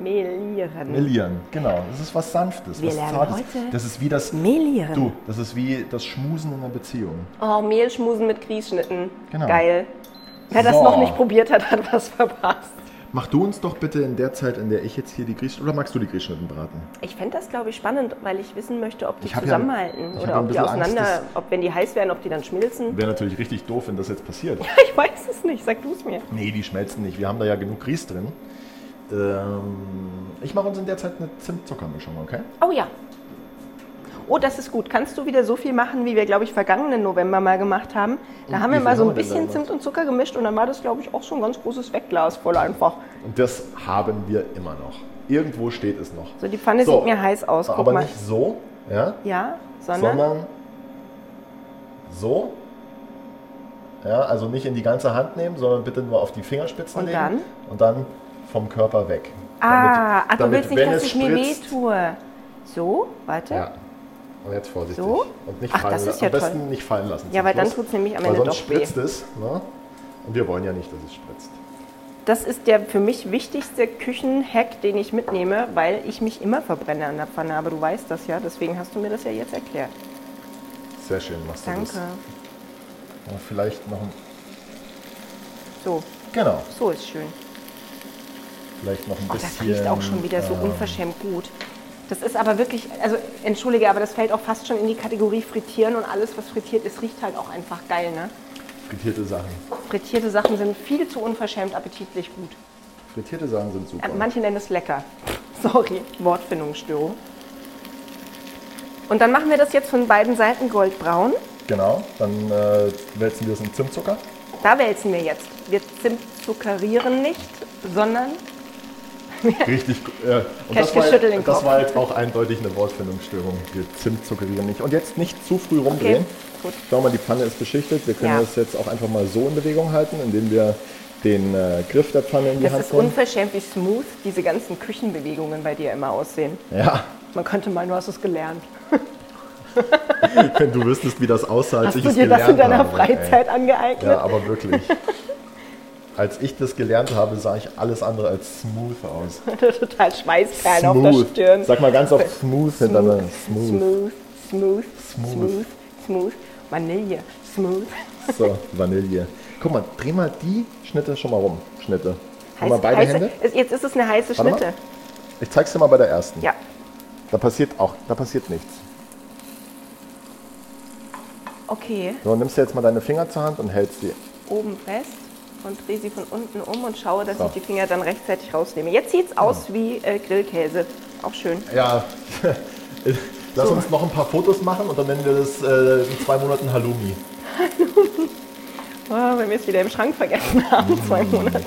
Speaker 2: Melieren.
Speaker 1: Melieren, genau. Das ist was Sanftes,
Speaker 2: Wir
Speaker 1: was
Speaker 2: lernen
Speaker 1: Zartes.
Speaker 2: heute
Speaker 1: das ist wie das.
Speaker 2: melieren.
Speaker 1: Du, das ist wie das Schmusen in einer Beziehung.
Speaker 2: Oh, Mehlschmusen mit Grießschnitten.
Speaker 1: Genau.
Speaker 2: Geil. Wer das
Speaker 1: So.
Speaker 2: noch nicht probiert hat, hat was verpasst.
Speaker 1: Mach du uns doch bitte in der Zeit, in der ich jetzt hier die Grießschnitten. Oder magst du die Grießschnitten braten?
Speaker 2: Ich fände das, glaube ich, spannend, weil ich wissen möchte, ob die
Speaker 1: Ich hab ja-
Speaker 2: zusammenhalten
Speaker 1: ich hab
Speaker 2: oder
Speaker 1: ja ein
Speaker 2: ob die
Speaker 1: bisschen Angst,
Speaker 2: auseinander, ob wenn die heiß werden, ob die dann schmilzen.
Speaker 1: Wäre natürlich richtig doof, wenn das jetzt passiert.
Speaker 2: Ich weiß es nicht, sag du es mir.
Speaker 1: Nee, die schmelzen nicht. Wir haben da ja genug Grieß drin. Ähm, ich mache uns in der Zeit eine Zimt-Zucker-Mischung, okay?
Speaker 2: Oh ja. Oh, das ist gut. Kannst du wieder so viel machen, wie wir, glaube ich, vergangenen November mal gemacht haben? Da
Speaker 1: Und
Speaker 2: haben
Speaker 1: wie
Speaker 2: wir
Speaker 1: viel
Speaker 2: mal so
Speaker 1: haben
Speaker 2: ein
Speaker 1: wir denn da
Speaker 2: bisschen
Speaker 1: gemacht?
Speaker 2: Zimt und Zucker gemischt und dann war das, glaube ich, auch so ein ganz großes Wegglas voll einfach.
Speaker 1: Und das haben wir immer noch. Irgendwo steht es noch.
Speaker 2: So, die Pfanne sieht mir heiß aus. Guck
Speaker 1: aber
Speaker 2: mal.
Speaker 1: nicht so, ja,
Speaker 2: Ja, sondern,
Speaker 1: sondern so. Ja, also nicht in die ganze Hand nehmen, sondern bitte nur auf die Fingerspitzen
Speaker 2: Und
Speaker 1: legen.
Speaker 2: dann?
Speaker 1: Und dann vom Körper weg.
Speaker 2: Ah, ach, du
Speaker 1: damit,
Speaker 2: willst nicht,
Speaker 1: wenn
Speaker 2: dass
Speaker 1: es
Speaker 2: ich mir
Speaker 1: spritzt-
Speaker 2: wehtue. So, warte.
Speaker 1: Ja. Und jetzt vorsichtig.
Speaker 2: So?
Speaker 1: Und nicht
Speaker 2: Ach,
Speaker 1: fallen
Speaker 2: das
Speaker 1: lassen.
Speaker 2: ist ja
Speaker 1: Am besten
Speaker 2: toll.
Speaker 1: nicht fallen lassen.
Speaker 2: Ja,
Speaker 1: zum
Speaker 2: weil dann
Speaker 1: Schluss,
Speaker 2: tut's nämlich am
Speaker 1: weil
Speaker 2: Ende
Speaker 1: sonst
Speaker 2: doch weh.
Speaker 1: spritzt es. Ne? Und wir wollen ja nicht, dass es spritzt.
Speaker 2: Das ist der für mich wichtigste Küchenhack, den ich mitnehme, weil ich mich immer verbrenne an der Pfanne. Aber du weißt das ja, deswegen hast du mir das ja jetzt erklärt.
Speaker 1: Sehr schön machst du das.
Speaker 2: Danke.
Speaker 1: Und vielleicht noch ein,
Speaker 2: So,
Speaker 1: genau,
Speaker 2: so ist schön.
Speaker 1: vielleicht noch ein
Speaker 2: Oh,
Speaker 1: bisschen.
Speaker 2: das riecht auch schon wieder so
Speaker 1: ähm,
Speaker 2: unverschämt gut. Das ist aber wirklich, also entschuldige, aber das fällt auch fast schon in die Kategorie Frittieren und alles, was frittiert ist, riecht halt auch einfach geil, ne?
Speaker 1: Frittierte Sachen.
Speaker 2: Frittierte Sachen sind viel zu unverschämt appetitlich gut.
Speaker 1: Frittierte Sachen sind super.
Speaker 2: Äh, Manche nennen es lecker. Sorry, Wortfindungsstörung. Und dann machen wir das jetzt von beiden Seiten goldbraun.
Speaker 1: Genau, dann äh, wälzen wir es in Zimtzucker.
Speaker 2: Da wälzen wir jetzt. Wir zimtzuckerieren nicht, sondern
Speaker 1: Richtig. gu- Äh, und
Speaker 2: Cash
Speaker 1: das war,
Speaker 2: geschüttelt den
Speaker 1: das
Speaker 2: Kopf.
Speaker 1: war jetzt auch eindeutig eine Wortfindungsstörung. Wir Zimtzuckerieren nicht. Und jetzt nicht zu früh rumdrehen.
Speaker 2: gut.
Speaker 1: Schau mal, die Pfanne ist beschichtet. Wir können
Speaker 2: Ja.
Speaker 1: das jetzt auch einfach mal so in Bewegung halten, indem wir den äh, Griff der Pfanne in die
Speaker 2: es
Speaker 1: Hand
Speaker 2: ist
Speaker 1: nehmen.
Speaker 2: unverschämt, wie smooth diese ganzen Küchenbewegungen bei dir immer aussehen.
Speaker 1: Ja,
Speaker 2: Man könnte meinen, du hast es gelernt.
Speaker 1: wenn du wüsstest, wie das aussah, als
Speaker 2: Hast
Speaker 1: ich
Speaker 2: du
Speaker 1: es
Speaker 2: dir
Speaker 1: gelernt
Speaker 2: das in deiner
Speaker 1: habe.
Speaker 2: Freizeit
Speaker 1: Ey. Ja,
Speaker 2: angeeignet?
Speaker 1: aber wirklich. Als ich das gelernt habe, sah ich alles andere als smooth aus.
Speaker 2: Total Schweißperlen auf der Stirn.
Speaker 1: Sag mal ganz oft smooth hintereinander. Smooth.
Speaker 2: smooth, smooth,
Speaker 1: Smooth.
Speaker 2: smooth, smooth. Vanille, smooth.
Speaker 1: So, Vanille. Guck mal, dreh mal die Schnitte schon mal rum. Schnitte. Nimm mal
Speaker 2: Heiß-
Speaker 1: beide
Speaker 2: heiße,
Speaker 1: Hände.
Speaker 2: Ist, jetzt ist es eine heiße
Speaker 1: Warte mal.
Speaker 2: Schnitte.
Speaker 1: Ich zeig's dir mal bei der ersten.
Speaker 2: Ja.
Speaker 1: Da passiert auch, da passiert nichts.
Speaker 2: Okay,
Speaker 1: So, nimmst du jetzt mal deine Finger zur Hand und hältst sie.
Speaker 2: oben fest und drehe sie von unten um und schaue, dass
Speaker 1: So. Genau.
Speaker 2: ich die Finger dann rechtzeitig rausnehme. Jetzt sieht es aus wie äh, Grillkäse. Auch schön.
Speaker 1: Ja. Lass uns noch ein paar Fotos machen und dann nennen wir das äh, in zwei Monaten Halloumi.
Speaker 2: Oh, wenn wir es wieder im Schrank vergessen haben, zwei
Speaker 1: Mm,
Speaker 2: Monate.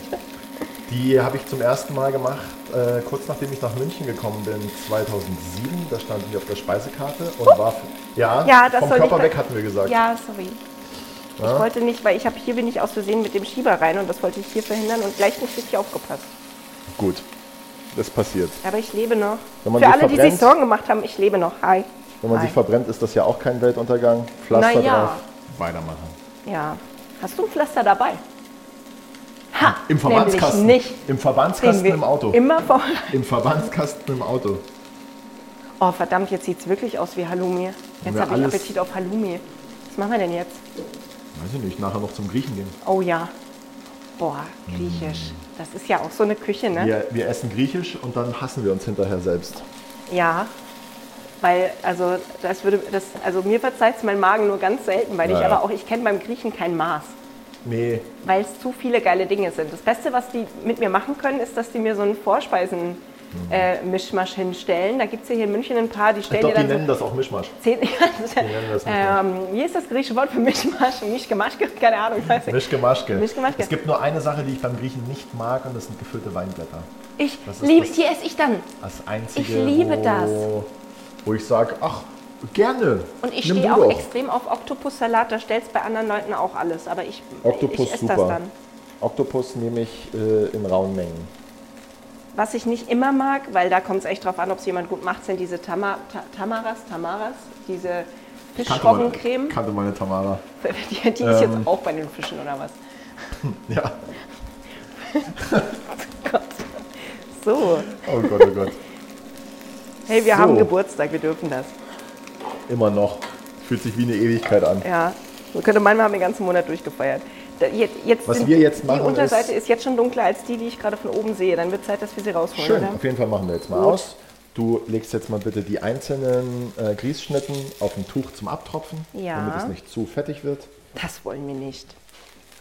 Speaker 1: Die habe ich zum ersten Mal gemacht, äh, kurz nachdem ich nach München gekommen bin, 2007. Da stand die auf der Speisekarte und war für, ja,
Speaker 2: Oh. Ja, das
Speaker 1: vom
Speaker 2: soll
Speaker 1: Körper
Speaker 2: nicht-
Speaker 1: weg hatten wir gesagt.
Speaker 2: Ja, sorry. Ich wollte nicht, weil ich habe hier bin ich aus Versehen mit dem Schieber rein und das wollte ich hier verhindern und gleich nicht richtig aufgepasst.
Speaker 1: Gut, das passiert.
Speaker 2: Aber ich lebe noch.
Speaker 1: Wenn man
Speaker 2: Für
Speaker 1: sich
Speaker 2: alle, die sich
Speaker 1: verbrennt-
Speaker 2: Sorgen gemacht haben, ich lebe noch. Hi.
Speaker 1: Wenn man
Speaker 2: Hi.
Speaker 1: sich verbrennt, ist das ja auch kein Weltuntergang. Pflaster
Speaker 2: Na ja.
Speaker 1: drauf. Weitermachen.
Speaker 2: Ja. Hast du ein Pflaster dabei?
Speaker 1: Im Verbandskasten.
Speaker 2: Nämlich nicht.
Speaker 1: Im Verbandskasten
Speaker 2: wir
Speaker 1: im Auto.
Speaker 2: Immer vor.
Speaker 1: Im Verbandskasten im Auto.
Speaker 2: Oh, verdammt, jetzt sieht es wirklich aus wie Halloumi. Jetzt
Speaker 1: wir
Speaker 2: habe ich
Speaker 1: alles-
Speaker 2: Appetit auf Halloumi. Was machen wir denn jetzt?
Speaker 1: Weiß ich nicht, nachher noch zum Griechen gehen.
Speaker 2: Oh ja. Boah, griechisch. Das ist ja auch so eine Küche, ne?
Speaker 1: Wir, wir essen griechisch und dann hassen wir uns hinterher selbst.
Speaker 2: Ja. Weil, also, das würde, das, also mir verzeiht es mein Magen nur ganz selten, weil ich
Speaker 1: Naja.
Speaker 2: aber auch, ich kenne beim Griechen kein Maß,
Speaker 1: Nee.
Speaker 2: weil es zu viele geile Dinge sind. Das Beste, was die mit mir machen können, ist, dass die mir so einen Vorspeisen. Äh, Mischmasch hinstellen. Da gibt es ja hier in München ein paar, die
Speaker 1: Ich
Speaker 2: stellen
Speaker 1: glaube, die
Speaker 2: dir dann so
Speaker 1: nennen das auch Mischmasch.
Speaker 2: Zehn, ja, das ist ja,
Speaker 1: nennen das nicht
Speaker 2: ähm, wie ist das griechische Wort für Mischmasch? Mischgemaschke? Keine Ahnung, ich weiß nicht.
Speaker 1: Mischke Maschke.
Speaker 2: Mischke-Maschke.
Speaker 1: Es gibt nur eine Sache, die ich beim Griechen nicht mag und das sind gefüllte Weinblätter.
Speaker 2: Ich
Speaker 1: das ist
Speaker 2: liebe,
Speaker 1: das-
Speaker 2: die esse ich dann.
Speaker 1: Das einzige,
Speaker 2: Ich liebe
Speaker 1: wo,
Speaker 2: das.
Speaker 1: Wo ich sage, ach, gerne.
Speaker 2: Und ich
Speaker 1: nimm
Speaker 2: stehe
Speaker 1: du
Speaker 2: auch
Speaker 1: doch.
Speaker 2: extrem auf Oktopussalat. Da stellst bei anderen Leuten auch alles. Aber ich,
Speaker 1: Oktopus
Speaker 2: ich esse
Speaker 1: super.
Speaker 2: das dann.
Speaker 1: Oktopus nehme ich äh, in rauen Mengen.
Speaker 2: Was ich nicht immer mag, weil da kommt es echt drauf an, ob es jemand gut macht, sind diese Tama, Ta Tamaras, Tamaras, diese Fischroggencreme.
Speaker 1: kannte meine Tamara.
Speaker 2: Die, die ist
Speaker 1: Ähm.
Speaker 2: jetzt auch bei den Fischen oder was?
Speaker 1: Ja.
Speaker 2: Gott. So.
Speaker 1: Oh Gott, oh Gott.
Speaker 2: Hey, wir
Speaker 1: So.
Speaker 2: haben Geburtstag, wir dürfen das.
Speaker 1: Immer noch. Fühlt sich wie eine Ewigkeit an.
Speaker 2: Ja, man könnte meinen, wir haben den ganzen Monat durchgefeiert. Da, jetzt, jetzt
Speaker 1: Was
Speaker 2: sind-
Speaker 1: wir jetzt machen,
Speaker 2: Die Unterseite
Speaker 1: ist-
Speaker 2: ist, jetzt schon dunkler als die, die ich gerade von oben sehe. Dann wird Zeit, dass wir sie rausholen,
Speaker 1: Schön,
Speaker 2: oder?
Speaker 1: auf jeden Fall machen wir jetzt mal
Speaker 2: Gut.
Speaker 1: aus. Du legst jetzt mal bitte die einzelnen äh, Grießschnitten auf ein Tuch zum Abtropfen,
Speaker 2: Ja.
Speaker 1: damit es nicht zu fettig wird.
Speaker 2: Das wollen wir nicht.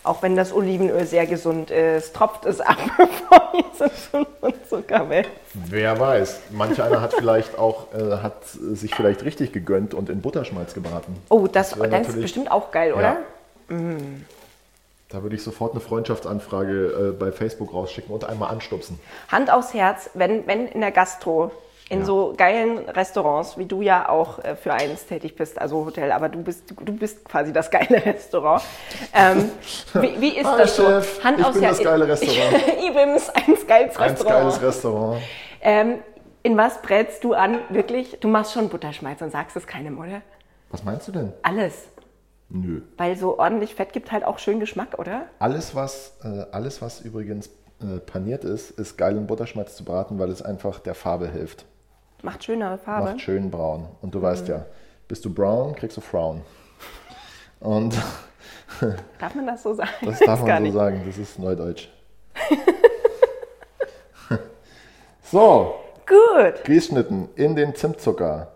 Speaker 2: Auch wenn das Olivenöl sehr gesund ist, tropft es ab, bevor ihr es in und Zucker wälzt.
Speaker 1: Wer weiß, manch einer hat vielleicht auch äh, hat äh, sich vielleicht richtig gegönnt und in Butterschmalz gebraten.
Speaker 2: Oh, das,
Speaker 1: wär
Speaker 2: das, ist
Speaker 1: natürlich-
Speaker 2: bestimmt auch geil, oder?
Speaker 1: Ja. Da würde ich sofort eine Freundschaftsanfrage äh, bei Facebook rausschicken und einmal anstupsen.
Speaker 2: Hand aufs Herz, wenn, wenn in der Gastro, in
Speaker 1: Ja.
Speaker 2: so geilen Restaurants, wie du ja auch äh, für eins tätig bist, also Hotel, aber du bist, du bist quasi das geile Restaurant. Ähm, wie, wie ist
Speaker 1: Hi,
Speaker 2: das so?
Speaker 1: Chef, ich bin das geile Restaurant.
Speaker 2: ich bin's, eins geiles
Speaker 1: Eins
Speaker 2: Restaurant.
Speaker 1: geiles Restaurant.
Speaker 2: ähm, in was brätst du an, wirklich? Du machst schon Butterschmalz und sagst es keinem, oder?
Speaker 1: Was meinst du denn?
Speaker 2: Alles.
Speaker 1: Nö.
Speaker 2: Weil so ordentlich Fett gibt halt auch schön Geschmack, oder?
Speaker 1: Alles, was, äh, alles, was übrigens äh, paniert ist, ist geil in Butterschmalz zu braten, weil es einfach der Farbe hilft.
Speaker 2: Macht schönere Farbe.
Speaker 1: Macht schön braun. Und
Speaker 2: Mhm.
Speaker 1: du weißt ja, bist du brown, kriegst du Frauen. Und
Speaker 2: Darf man das so sagen?
Speaker 1: das
Speaker 2: Ich weiß
Speaker 1: darf
Speaker 2: gar
Speaker 1: man so
Speaker 2: nicht.
Speaker 1: sagen, das ist Neudeutsch. so,
Speaker 2: Gut.
Speaker 1: Grießschnitten in den Zimtzucker.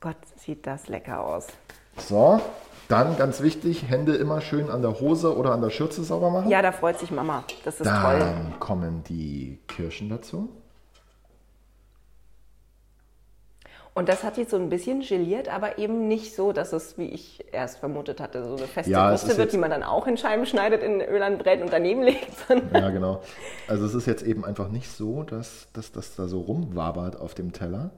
Speaker 2: Gott, sieht das lecker aus.
Speaker 1: So, dann ganz wichtig, Hände immer schön an der Hose oder an der Schürze sauber machen.
Speaker 2: Ja, da freut sich Mama. Das ist toll.
Speaker 1: Dann kommen die Kirschen dazu.
Speaker 2: Und das hat jetzt so ein bisschen geliert, aber eben nicht so, dass es, wie ich erst vermutet hatte, so eine feste
Speaker 1: Ja, es
Speaker 2: Kruste
Speaker 1: ist
Speaker 2: wird,
Speaker 1: jetzt-
Speaker 2: die man dann auch in Scheiben schneidet, in Öl brät und daneben legt. sondern-
Speaker 1: Ja, genau. Also es ist jetzt eben einfach nicht so, dass dass das da so rumwabert auf dem Teller.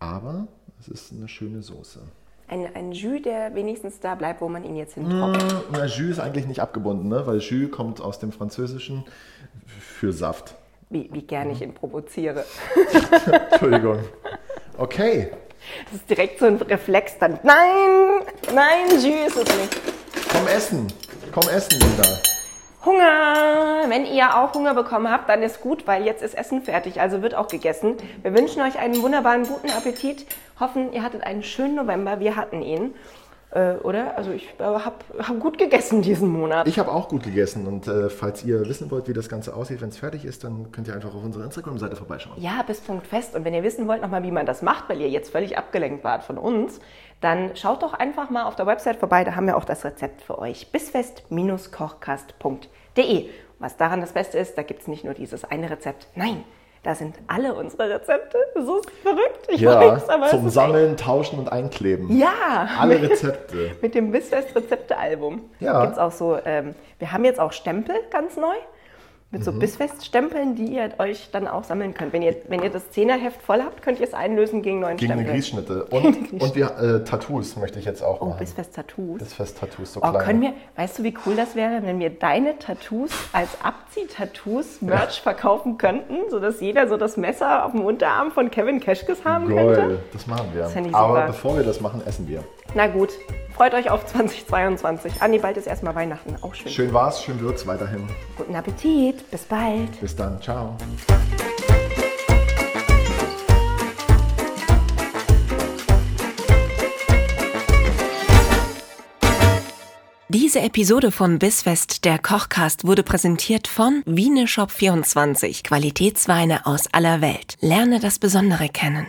Speaker 1: Aber es ist eine schöne Soße.
Speaker 2: Ein, ein Jus, der wenigstens da bleibt, wo man ihn jetzt hintrocknet.
Speaker 1: Na, Jus ist eigentlich nicht abgebunden, ne? weil Jus kommt aus dem Französischen für Saft.
Speaker 2: Wie, wie gern ich ihn provoziere.
Speaker 1: Entschuldigung. Okay,
Speaker 2: Das ist direkt so ein Reflex dann. Nein, nein, Jus ist es nicht.
Speaker 1: komm essen. Komm essen, Linda.
Speaker 2: Hunger! Wenn ihr auch Hunger bekommen habt, dann ist gut, weil jetzt ist Essen fertig, also wird auch gegessen. Wir wünschen euch einen wunderbaren guten Appetit. Hoffen, ihr hattet einen schönen November. Wir hatten ihn. Äh, oder? Also ich äh, habe hab gut gegessen diesen Monat.
Speaker 1: Ich habe auch gut gegessen und äh, falls ihr wissen wollt, wie das Ganze aussieht, wenn es fertig ist, dann könnt ihr einfach auf unserer Instagram-Seite vorbeischauen.
Speaker 2: ja, bis Punkt fest. Und wenn ihr wissen wollt nochmal, wie man das macht, weil ihr jetzt völlig abgelenkt wart von uns, dann schaut doch einfach mal auf der Website vorbei. Da haben wir auch das Rezept für euch. bisfest-kochkast.de. Was daran das Beste ist, da gibt es nicht nur dieses eine Rezept. Nein, da sind alle unsere Rezepte. So ist verrückt. Ich weiß, aber es
Speaker 1: zum
Speaker 2: ist
Speaker 1: Sammeln, Tauschen und Einkleben.
Speaker 2: Ja.
Speaker 1: Alle Rezepte.
Speaker 2: mit dem Bisfest-Rezepte-Album.
Speaker 1: Ja.
Speaker 2: Gibt's auch so, ähm, wir haben jetzt auch Stempel ganz neu. Mit
Speaker 1: Mhm.
Speaker 2: so Bisfest-Stempeln, die ihr halt euch dann auch sammeln könnt. Wenn ihr, wenn ihr das Zehnerheft voll habt, könnt ihr es einlösen gegen neuen
Speaker 1: Gegen eine
Speaker 2: Stempel.
Speaker 1: Grießschnitte. Und, und wir, äh, Tattoos möchte ich jetzt auch
Speaker 2: oh,
Speaker 1: machen.
Speaker 2: Bisfest-Tattoos.
Speaker 1: Bisfest-Tattoos, so
Speaker 2: Oh,
Speaker 1: kleine.
Speaker 2: können wir, weißt du, wie cool das wäre, wenn wir deine Tattoos als Abzieh-Tattoos Merch verkaufen könnten, sodass jeder so das Messer auf dem Unterarm von Kevin Keschkes haben
Speaker 1: Goal,
Speaker 2: könnte?
Speaker 1: das machen wir.
Speaker 2: fänd ich
Speaker 1: Aber
Speaker 2: super.
Speaker 1: bevor wir das machen, essen wir.
Speaker 2: Na gut, freut euch auf 2022. Anni, bald ist erstmal Weihnachten. Auch schön.
Speaker 1: Schön war's, schön wird's weiterhin.
Speaker 2: Guten Appetit, bis bald.
Speaker 1: Bis dann, ciao.
Speaker 3: Diese Episode von Bissfest, der Kochcast, wurde präsentiert von Wieneshop24, Qualitätsweine aus aller Welt. Lerne das Besondere kennen.